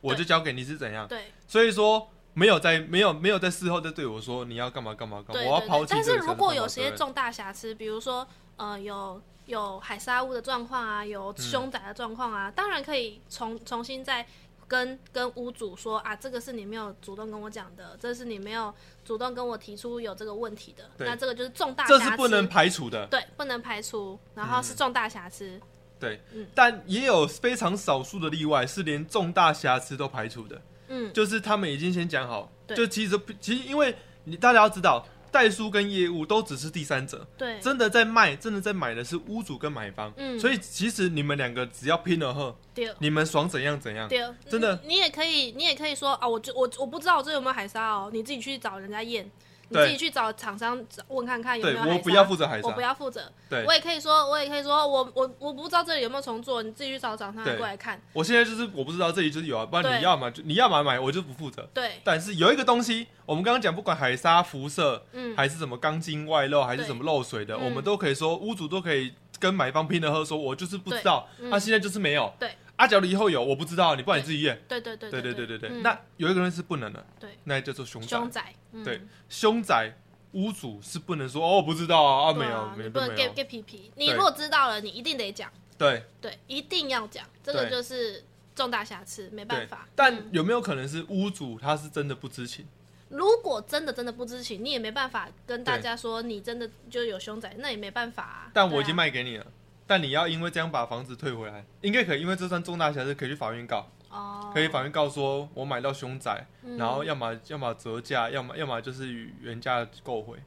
Speaker 2: 我就交给你是怎样。
Speaker 1: 对
Speaker 2: 所以说没有在没有没有在事后再对我说你要干嘛干嘛干嘛，
Speaker 1: 对
Speaker 2: 我要
Speaker 1: 对
Speaker 2: 抛
Speaker 1: 对，
Speaker 2: 弃这
Speaker 1: 但
Speaker 2: 个
Speaker 1: 是
Speaker 2: 产
Speaker 1: 如
Speaker 2: 权
Speaker 1: 果
Speaker 2: 保
Speaker 1: 有
Speaker 2: 留
Speaker 1: 些重大瑕疵，比如说呃有有海沙屋的状况啊，有凶宅的状况啊，当然可以重重新再跟跟屋主说啊，这个是你没有主动跟我讲的，这是你没有主动跟我提出有这个问题的，
Speaker 2: 对
Speaker 1: 那这个就是重大瑕
Speaker 2: 这
Speaker 1: 疵，
Speaker 2: 是不能排除的。
Speaker 1: 对不能排除，然后是重大瑕疵，
Speaker 2: 对，
Speaker 1: 嗯
Speaker 2: 但也有非常少数的例外是连重大瑕疵都排除的，
Speaker 1: 嗯，
Speaker 2: 就是他们已经先讲好，
Speaker 1: 对
Speaker 2: 就其实其实因为你大家要知道，代书跟业务都只是第三者，
Speaker 1: 对
Speaker 2: 真的在卖，真的在买的是屋主跟买方，
Speaker 1: 嗯
Speaker 2: 所以其实你们两个只要拼了后，
Speaker 1: 对
Speaker 2: 你们爽怎样怎样，
Speaker 1: 对，
Speaker 2: 啊
Speaker 1: 哦
Speaker 2: 真的
Speaker 1: 你，你也可以，你也可以说啊，我就我我不知道我这有没有海沙哦，你自己去找人家验，你
Speaker 2: 对
Speaker 1: 自己去找厂商找问看看有没
Speaker 2: 对
Speaker 1: 有
Speaker 2: 我
Speaker 1: 海
Speaker 2: 不
Speaker 1: 沙
Speaker 2: 要负责海
Speaker 1: 我不
Speaker 2: 沙，
Speaker 1: 要负责。
Speaker 2: 对
Speaker 1: 我也可以说，我也可以说，我我我不知道这里有没有重做，你自己去找厂商
Speaker 2: 对
Speaker 1: 过来看。
Speaker 2: 我现在就是我不知道这里就是有啊，不然
Speaker 1: 对
Speaker 2: 你要嘛就你要嘛买，我就不负责。
Speaker 1: 对，
Speaker 2: 但是有一个东西，我们刚刚讲，不管海沙辐射，
Speaker 1: 嗯
Speaker 2: 还是什么钢筋外露，还是
Speaker 1: 对
Speaker 2: 什么漏水的，
Speaker 1: 嗯
Speaker 2: 我们都可以说，屋主都可以跟买方拼了喝，说我就是不知道，他、
Speaker 1: 对嗯
Speaker 2: 现在就是没有。
Speaker 1: 对，
Speaker 2: 阿角的以后有，我不知道，你不然你自己验。
Speaker 1: 对对对
Speaker 2: 对对
Speaker 1: 对
Speaker 2: 对对对，
Speaker 1: 嗯
Speaker 2: 那有一个人是不能的，
Speaker 1: 对
Speaker 2: 那叫做凶宅。
Speaker 1: 凶宅，嗯
Speaker 2: 对，凶宅屋主是不能说哦，我不知道啊，啊
Speaker 1: 对
Speaker 2: 没
Speaker 1: 啊
Speaker 2: 有，
Speaker 1: 你
Speaker 2: 没
Speaker 1: 不
Speaker 2: 都
Speaker 1: 能
Speaker 2: 没
Speaker 1: get
Speaker 2: 有。
Speaker 1: get 皮皮。你
Speaker 2: 对
Speaker 1: 如果知道了，你一定得讲，
Speaker 2: 对
Speaker 1: 对，一定要讲，这个
Speaker 2: 对
Speaker 1: 就是重大瑕疵，没办
Speaker 2: 对
Speaker 1: 法。，
Speaker 2: 但
Speaker 1: 嗯
Speaker 2: 有没有可能是屋主他是真的不知情？
Speaker 1: 如果真的真的不知情，你也没办法跟大
Speaker 2: 对
Speaker 1: 家说你真的就有凶宅，那也没办法啊。
Speaker 2: 但我
Speaker 1: 对
Speaker 2: 已经
Speaker 1: 啊
Speaker 2: 卖给你了，但你要因为这样把房子退回来，应该可以，因为这算重大瑕疵，可以去法院告。
Speaker 1: 哦，
Speaker 2: 可以法院告说，我买到凶宅，
Speaker 1: 嗯
Speaker 2: 然后要么要么折价，要么要么就是原价购回。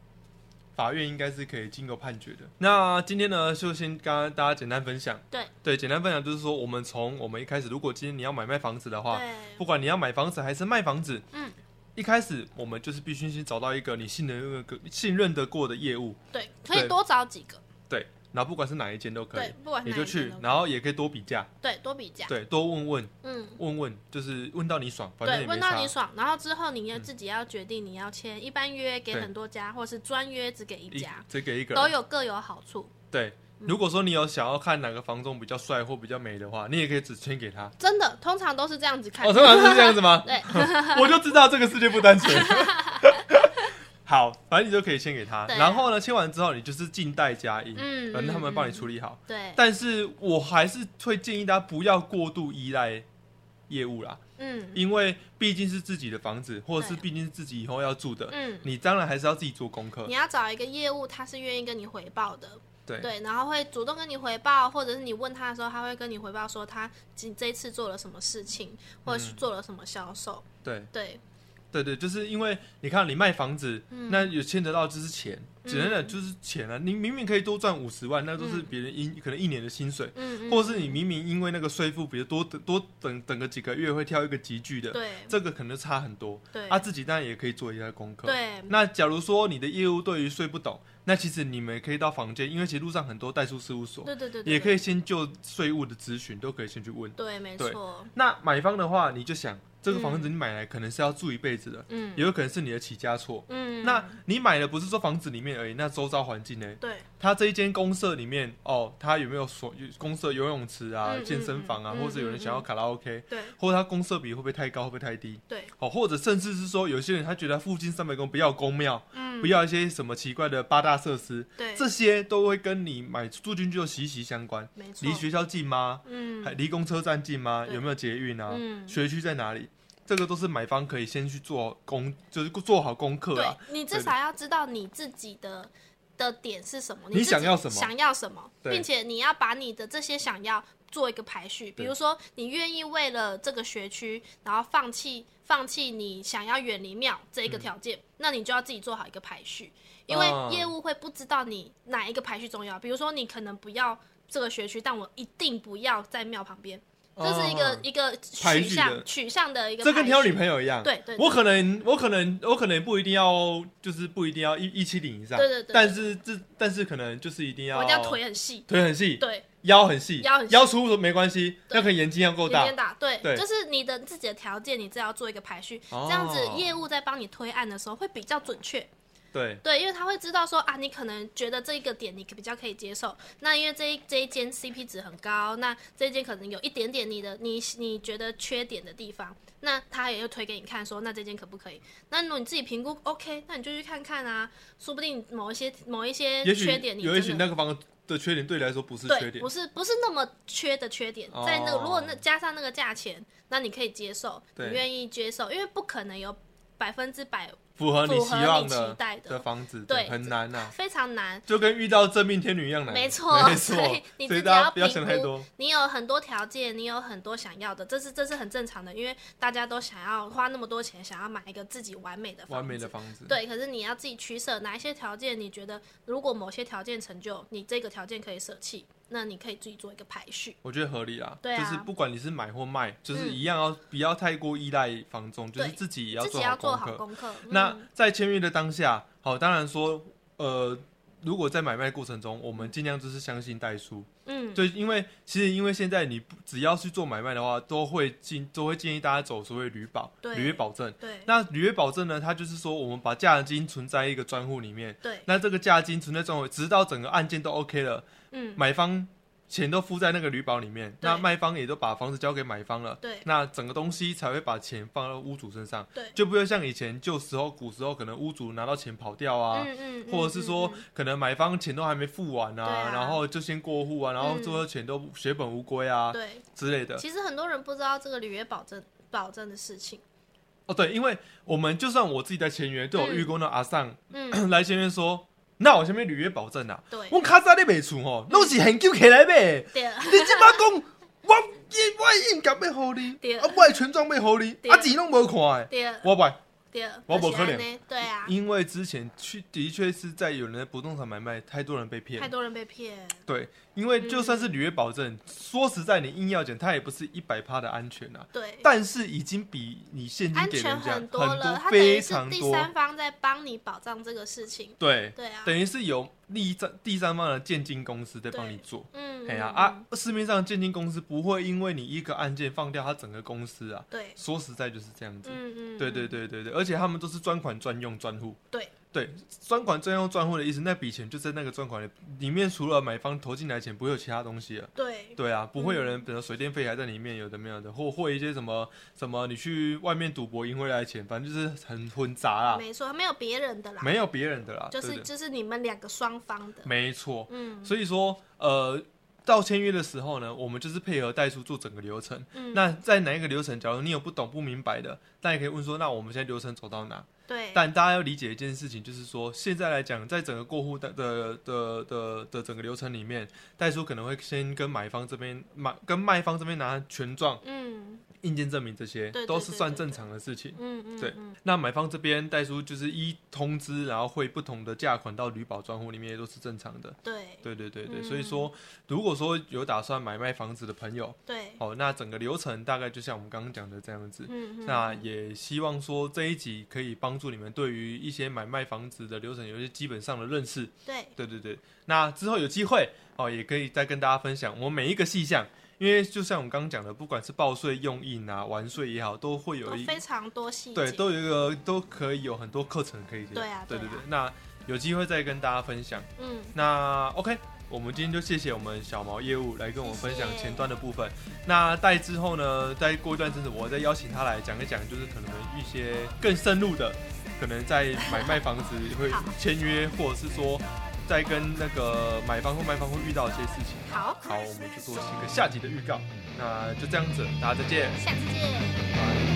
Speaker 2: 法院应该是可以经过判决的。那今天呢，就先跟大家简单分享。
Speaker 1: 对
Speaker 2: 对，简单分享就是说，我们从我们一开始，如果今天你要买卖房子的话，
Speaker 1: 对，
Speaker 2: 不管你要买房子还是卖房子，
Speaker 1: 嗯，
Speaker 2: 一开始我们就是必须先找到一个你信任、信任得过的业务。
Speaker 1: 对，可以
Speaker 2: 对
Speaker 1: 多找几个。
Speaker 2: 对，然后不管是哪一间都可以
Speaker 1: 对，，不管
Speaker 2: 你
Speaker 1: 哪
Speaker 2: 就
Speaker 1: 一间
Speaker 2: 去
Speaker 1: 都，可以
Speaker 2: 然后也可以多比价，
Speaker 1: 对多比价，
Speaker 2: 对，多问问
Speaker 1: 嗯，
Speaker 2: 问问，就是问到你爽，反正
Speaker 1: 对，
Speaker 2: 也
Speaker 1: 问
Speaker 2: 没
Speaker 1: 到
Speaker 2: 差
Speaker 1: 你。爽，然后之后你要自己要决定你要签一般约给
Speaker 2: 对
Speaker 1: 很多家，或是专约只给一
Speaker 2: 一
Speaker 1: 家，
Speaker 2: 只给一个
Speaker 1: 都
Speaker 2: 人，
Speaker 1: 有嗯各有好处，
Speaker 2: 对。如果说你有想要看哪个房仲比较帅或比较美的话，你也可以只签给他。
Speaker 1: 真的，通常都是这样子看
Speaker 2: 哦，。通常是这样子吗？
Speaker 1: 对，
Speaker 2: 我就知道这个世界不 单纯。好，反正你就可以签给他，
Speaker 1: 对啊
Speaker 2: 然后呢，签完之后你就是静待佳音，
Speaker 1: 嗯
Speaker 2: 让他们帮你
Speaker 1: 理。
Speaker 2: 处理好。
Speaker 1: 对，
Speaker 2: 但是我还是会建议大家不要过度依赖业务啦，
Speaker 1: 嗯
Speaker 2: 因为毕竟是自己的房子，或者是
Speaker 1: 对啊
Speaker 2: 毕竟是自己以后要住的，
Speaker 1: 嗯，
Speaker 2: 你当然还是要自己做功课
Speaker 1: 你。要找一个业务，他是愿意跟你回报的，
Speaker 2: 呃对
Speaker 1: 对，然后会主动跟你回报，或者是你问他的时候，他会跟你回报说他今这一次做了什么事情，或者
Speaker 2: 嗯
Speaker 1: 是做了什么销售，
Speaker 2: 对
Speaker 1: 对，
Speaker 2: 对对，就是因为你看你卖房子，
Speaker 1: 嗯
Speaker 2: 那有牵扯到就是钱，
Speaker 1: 嗯嗯
Speaker 2: 简单讲就是钱啊。你明明可以多赚五十万，那都是别人一、可能一年的薪水。
Speaker 1: 嗯，嗯
Speaker 2: 或是你明明因为那个税负，比如多等多等等个几个月会挑一个集聚的，
Speaker 1: 对
Speaker 2: 这个可能差很多。
Speaker 1: 对
Speaker 2: 啊，自己当然也可以做一下功课。
Speaker 1: 对
Speaker 2: 那假如说你的业务对于税不懂，那其实你们也可以到房间，因为其实路上很多代书事务所，
Speaker 1: 对对对，对
Speaker 2: 也可以先就税务的咨询都可以先去问。
Speaker 1: 对，没
Speaker 2: 对
Speaker 1: 错，
Speaker 2: 那买方的话，你就想这个房子你买来可能是要住一辈子的，
Speaker 1: 嗯
Speaker 2: 也有可能是你的起家错。
Speaker 1: 嗯，
Speaker 2: 那你买的不是说房子里面而已，那周遭环境呢？
Speaker 1: 对
Speaker 2: 它这一间公社里面，哦，它有没有所有公社游泳池啊、
Speaker 1: 嗯
Speaker 2: 健身房啊，
Speaker 1: 嗯嗯
Speaker 2: 或者有人想要卡拉 OK，、
Speaker 1: 对
Speaker 2: 或者它公社比会不会太高，会不会太低？
Speaker 1: 对，
Speaker 2: 哦，或者甚至是说，有些人他觉得附近三百公不要公庙，
Speaker 1: 嗯
Speaker 2: 不要一些什么奇怪的八大设施，
Speaker 1: 对，
Speaker 2: 这些都会跟你买住进去就息息相关。
Speaker 1: 没错
Speaker 2: 离，学校近吗？
Speaker 1: 嗯
Speaker 2: 还离公车站近吗？
Speaker 1: 对
Speaker 2: 有没有捷运啊？
Speaker 1: 嗯，
Speaker 2: 学区在哪里？这个都是买方可以先去做功，就是做好功课
Speaker 1: 对
Speaker 2: 啊。
Speaker 1: 你至少要知道你自己的的点是什么，
Speaker 2: 你
Speaker 1: 自己
Speaker 2: 想要什么
Speaker 1: 想要什么，
Speaker 2: 对
Speaker 1: 并且你要把你的这些想要做一个排序。比如说，你愿意为了这个学区，然后放弃放弃你想要远离庙这一个条
Speaker 2: 嗯
Speaker 1: 件，那你就要自己做好一个排序，因为
Speaker 2: 哦
Speaker 1: 业务会不知道你哪一个排序重要。比如说，你可能不要。这个学区，但我一定不要在庙旁边，这是一个、
Speaker 2: 哦
Speaker 1: 一个
Speaker 2: 排
Speaker 1: 取
Speaker 2: 序的
Speaker 1: 向取向的一个排序。
Speaker 2: 这跟挑女朋友一样。
Speaker 1: 对对对
Speaker 2: 我可能我可能我可能不一定要，就是不一定要一一七零以上。
Speaker 1: 对对对
Speaker 2: 但是这但是可能就是一定要
Speaker 1: 我一定要腿很细，
Speaker 2: 腿很细，
Speaker 1: 对，
Speaker 2: 腰很细，
Speaker 1: 腰很细
Speaker 2: 粗没关系，
Speaker 1: 对
Speaker 2: 那可能眼睛要够
Speaker 1: 里
Speaker 2: 大
Speaker 1: 面。打对，
Speaker 2: 对
Speaker 1: 就是你的自己的条件，你只要做一个排序，
Speaker 2: 哦
Speaker 1: 这样子业务在帮你推案的时候会比较准确。
Speaker 2: 对
Speaker 1: 对，因为他会知道说啊，你可能觉得这一个点你比较可以接受，那因为这一这一间 CP 值很高，那这一间可能有一点点你的你你觉得缺点的地方，那他也会推给你看说，那这间可不可以？那如果你自己评估 OK，那你就去看看啊，说不定某一些某一些
Speaker 2: 也许
Speaker 1: 缺点你
Speaker 2: 有也许
Speaker 1: 真的
Speaker 2: 那个房的缺点对你来说不是缺
Speaker 1: 对，
Speaker 2: 点
Speaker 1: 不。是不是那么缺的缺点，在那个
Speaker 2: 哦
Speaker 1: 如果那加上那个价钱，那你可以接受，你
Speaker 2: 对
Speaker 1: 愿意接受，因为不可能有百分之百
Speaker 2: 符呃合你
Speaker 1: 符
Speaker 2: 希
Speaker 1: 合
Speaker 2: 望
Speaker 1: 你期
Speaker 2: 的
Speaker 1: 待
Speaker 2: 的
Speaker 1: 的，
Speaker 2: 房子，
Speaker 1: 对
Speaker 2: 很难呐，
Speaker 1: 非常难。
Speaker 2: 就跟遇到真命天女一样难。
Speaker 1: 没错
Speaker 2: 没错
Speaker 1: 所以，你
Speaker 2: 所
Speaker 1: 自
Speaker 2: 以
Speaker 1: 己
Speaker 2: 大家
Speaker 1: 要
Speaker 2: 不要
Speaker 1: 评
Speaker 2: 想太
Speaker 1: 估
Speaker 2: 多。
Speaker 1: 你有很多条件，你有很多想要的，这是这是很正常的，因为大家都想要花那么多钱，想要买一个自己完美的
Speaker 2: 完美的
Speaker 1: 子
Speaker 2: 房子，
Speaker 1: 对，可是你要自己取舍，哪一些条件你觉得如果某些条件成就，你这个条件可以舍弃，那你可以自己做一个排序。
Speaker 2: 我觉得合理啦，
Speaker 1: 对啊嗯
Speaker 2: 就是不管你是买或卖，就是一样要、不要太过依赖房仲，就是
Speaker 1: 对
Speaker 2: 自己也
Speaker 1: 自己
Speaker 2: 做
Speaker 1: 要
Speaker 2: 好
Speaker 1: 做
Speaker 2: 功
Speaker 1: 好
Speaker 2: 课。
Speaker 1: 功课。
Speaker 2: 那
Speaker 1: 嗯
Speaker 2: 在签约的当下，好，当然说，呃，如果在买卖过程中，我们尽量就是相信代书，
Speaker 1: 嗯，
Speaker 2: 就因为其实因为现在你不只要去做买卖的话，都会建都会建议大家走所谓履保、
Speaker 1: 对
Speaker 2: 履约保证。
Speaker 1: 对
Speaker 2: 那履约保证呢，它就是说我们把价金存在一个专户里面，
Speaker 1: 对，
Speaker 2: 那这个价金存在专户，直到整个案件都 OK 了，
Speaker 1: 嗯，
Speaker 2: 买方钱都付在那个旅保里面，
Speaker 1: 对
Speaker 2: 那卖方也都把房子交给买方了，
Speaker 1: 对
Speaker 2: 那整个东西才会把钱放到屋主身上，
Speaker 1: 对
Speaker 2: 就不会像以前旧时候、古时候，可能屋主拿到钱跑掉啊，
Speaker 1: 嗯嗯，
Speaker 2: 或者是说
Speaker 1: 嗯，嗯
Speaker 2: 可能买方钱都还没付完啊，
Speaker 1: 对啊
Speaker 2: 然后就先过户啊，然后最后钱都血本无归啊、
Speaker 1: 嗯对，
Speaker 2: 之类的。
Speaker 1: 其实很多人不知道这个履约保证保证的事情，
Speaker 2: 哦，对，因为我们就算我自己在签约，都有遇过那阿尚、
Speaker 1: 嗯，
Speaker 2: 来签约说，那我下面履约保证啊，
Speaker 1: 对，
Speaker 2: 我卡在你卖厝哦，拢是现救起来卖。
Speaker 1: 对，
Speaker 2: 你即摆讲，我应我的应甲要互你
Speaker 1: 对，
Speaker 2: 啊，我的权状要互你，
Speaker 1: 对
Speaker 2: 啊钱拢无看的，
Speaker 1: 对，
Speaker 2: 我袂，
Speaker 1: 对，
Speaker 2: 我
Speaker 1: 就是
Speaker 2: 不可能
Speaker 1: 这样呢，对啊，
Speaker 2: 因为之前去的确是在有人的不动产买卖，太多人被
Speaker 1: 太
Speaker 2: 骗。
Speaker 1: 多人被骗，
Speaker 2: 对，因为就算是履约保证，说实在，你硬要讲，它也不是一百趴的安全啊。
Speaker 1: 对，
Speaker 2: 但是已经比你现金
Speaker 1: 安
Speaker 2: 给
Speaker 1: 全
Speaker 2: 人家
Speaker 1: 很多了，他等
Speaker 2: 非
Speaker 1: 于是
Speaker 2: 常
Speaker 1: 第
Speaker 2: 多。
Speaker 1: 三方在帮你保障这个事情，
Speaker 2: 对，
Speaker 1: 对啊，
Speaker 2: 等于是有第三第三方的鉴定公司在帮你做。
Speaker 1: 嗯，
Speaker 2: 哎呀
Speaker 1: 嗯，
Speaker 2: 啊，市面上的鉴定公司不会因为你一个案件放掉他整个公司啊。
Speaker 1: 对，
Speaker 2: 说实在就是这样子。
Speaker 1: 嗯嗯，
Speaker 2: 对对
Speaker 1: 嗯
Speaker 2: 对对对，而且他们都是专款专用专户。
Speaker 1: 对
Speaker 2: 对，专款专用专户的意思，那笔钱就在那个专款里里面，除了买方投进来钱，不会有其他东西了。
Speaker 1: 对，
Speaker 2: 对啊，不会有
Speaker 1: 嗯
Speaker 2: 人等水电费还在里面，有的没有的，或或一些什么什么你去外面赌博赢回来的钱，反正就是很混杂啦，
Speaker 1: 没错，没有别人的啦，
Speaker 2: 啊没有别人的啦，
Speaker 1: 就
Speaker 2: 对
Speaker 1: 是
Speaker 2: 不对
Speaker 1: 就是你们两个双方的，
Speaker 2: 没错。
Speaker 1: 嗯
Speaker 2: 所以说，呃，到签约的时候呢，我们就是配合代书做整个流程。
Speaker 1: 嗯，
Speaker 2: 那在哪一个流程，假如你有不懂不明白的，那也可以问说，那我们现在流程走到哪？
Speaker 1: 对，
Speaker 2: 但大家要理解一件事情，就是说现在来讲，在整个过户的的的的的整个流程里面，代书可能会先跟买方这边买跟卖方这边拿权状、
Speaker 1: 嗯
Speaker 2: 印鉴证明这些，
Speaker 1: 对对
Speaker 2: 都是
Speaker 1: 对
Speaker 2: 算
Speaker 1: 对
Speaker 2: 正
Speaker 1: 对
Speaker 2: 常的事情。
Speaker 1: 嗯嗯，
Speaker 2: 对
Speaker 1: 嗯
Speaker 2: 那买方这边代书就是依通知，然后汇不同的价款到旅保专户里面，也都是正常的。
Speaker 1: 对
Speaker 2: 对对对对，
Speaker 1: 嗯
Speaker 2: 所以说如果说有打算买卖房子的朋友，
Speaker 1: 对，
Speaker 2: 哦，那整个流程大概就像我们刚刚讲的这样子。
Speaker 1: 嗯嗯，
Speaker 2: 那
Speaker 1: 嗯
Speaker 2: 也希望说这一集可以帮助你们对于一些买卖房子的流程有一些基本上的认识。
Speaker 1: 对
Speaker 2: 对对对，那之后有机会哦，也可以再跟大家分享我们每一个细项，因为就像我们刚刚讲的，不管是报税、用印啊、完税也好，都会有
Speaker 1: 都
Speaker 2: 一
Speaker 1: 非常多细
Speaker 2: 对，
Speaker 1: 节，
Speaker 2: 都有一个都可以有很多课程可以讲。
Speaker 1: 对啊
Speaker 2: 对
Speaker 1: 对啊
Speaker 2: 对，那有机会再跟大家分享。
Speaker 1: 嗯，
Speaker 2: 那 OK，我们今天就谢谢我们小毛业务来跟我们分享
Speaker 1: 谢谢
Speaker 2: 前端的部分。那待之后呢，再过一段阵子，我再邀请他来讲一讲，就是可能一些更深入的，可能在买卖房子会
Speaker 1: 好
Speaker 2: 签约，或者是说在跟那个买方或卖方会遇到一些事情。
Speaker 1: 好，
Speaker 2: 好，我们就做一个下集的预告。那就这样子，大家再见，
Speaker 1: 下次见。
Speaker 2: 拜拜。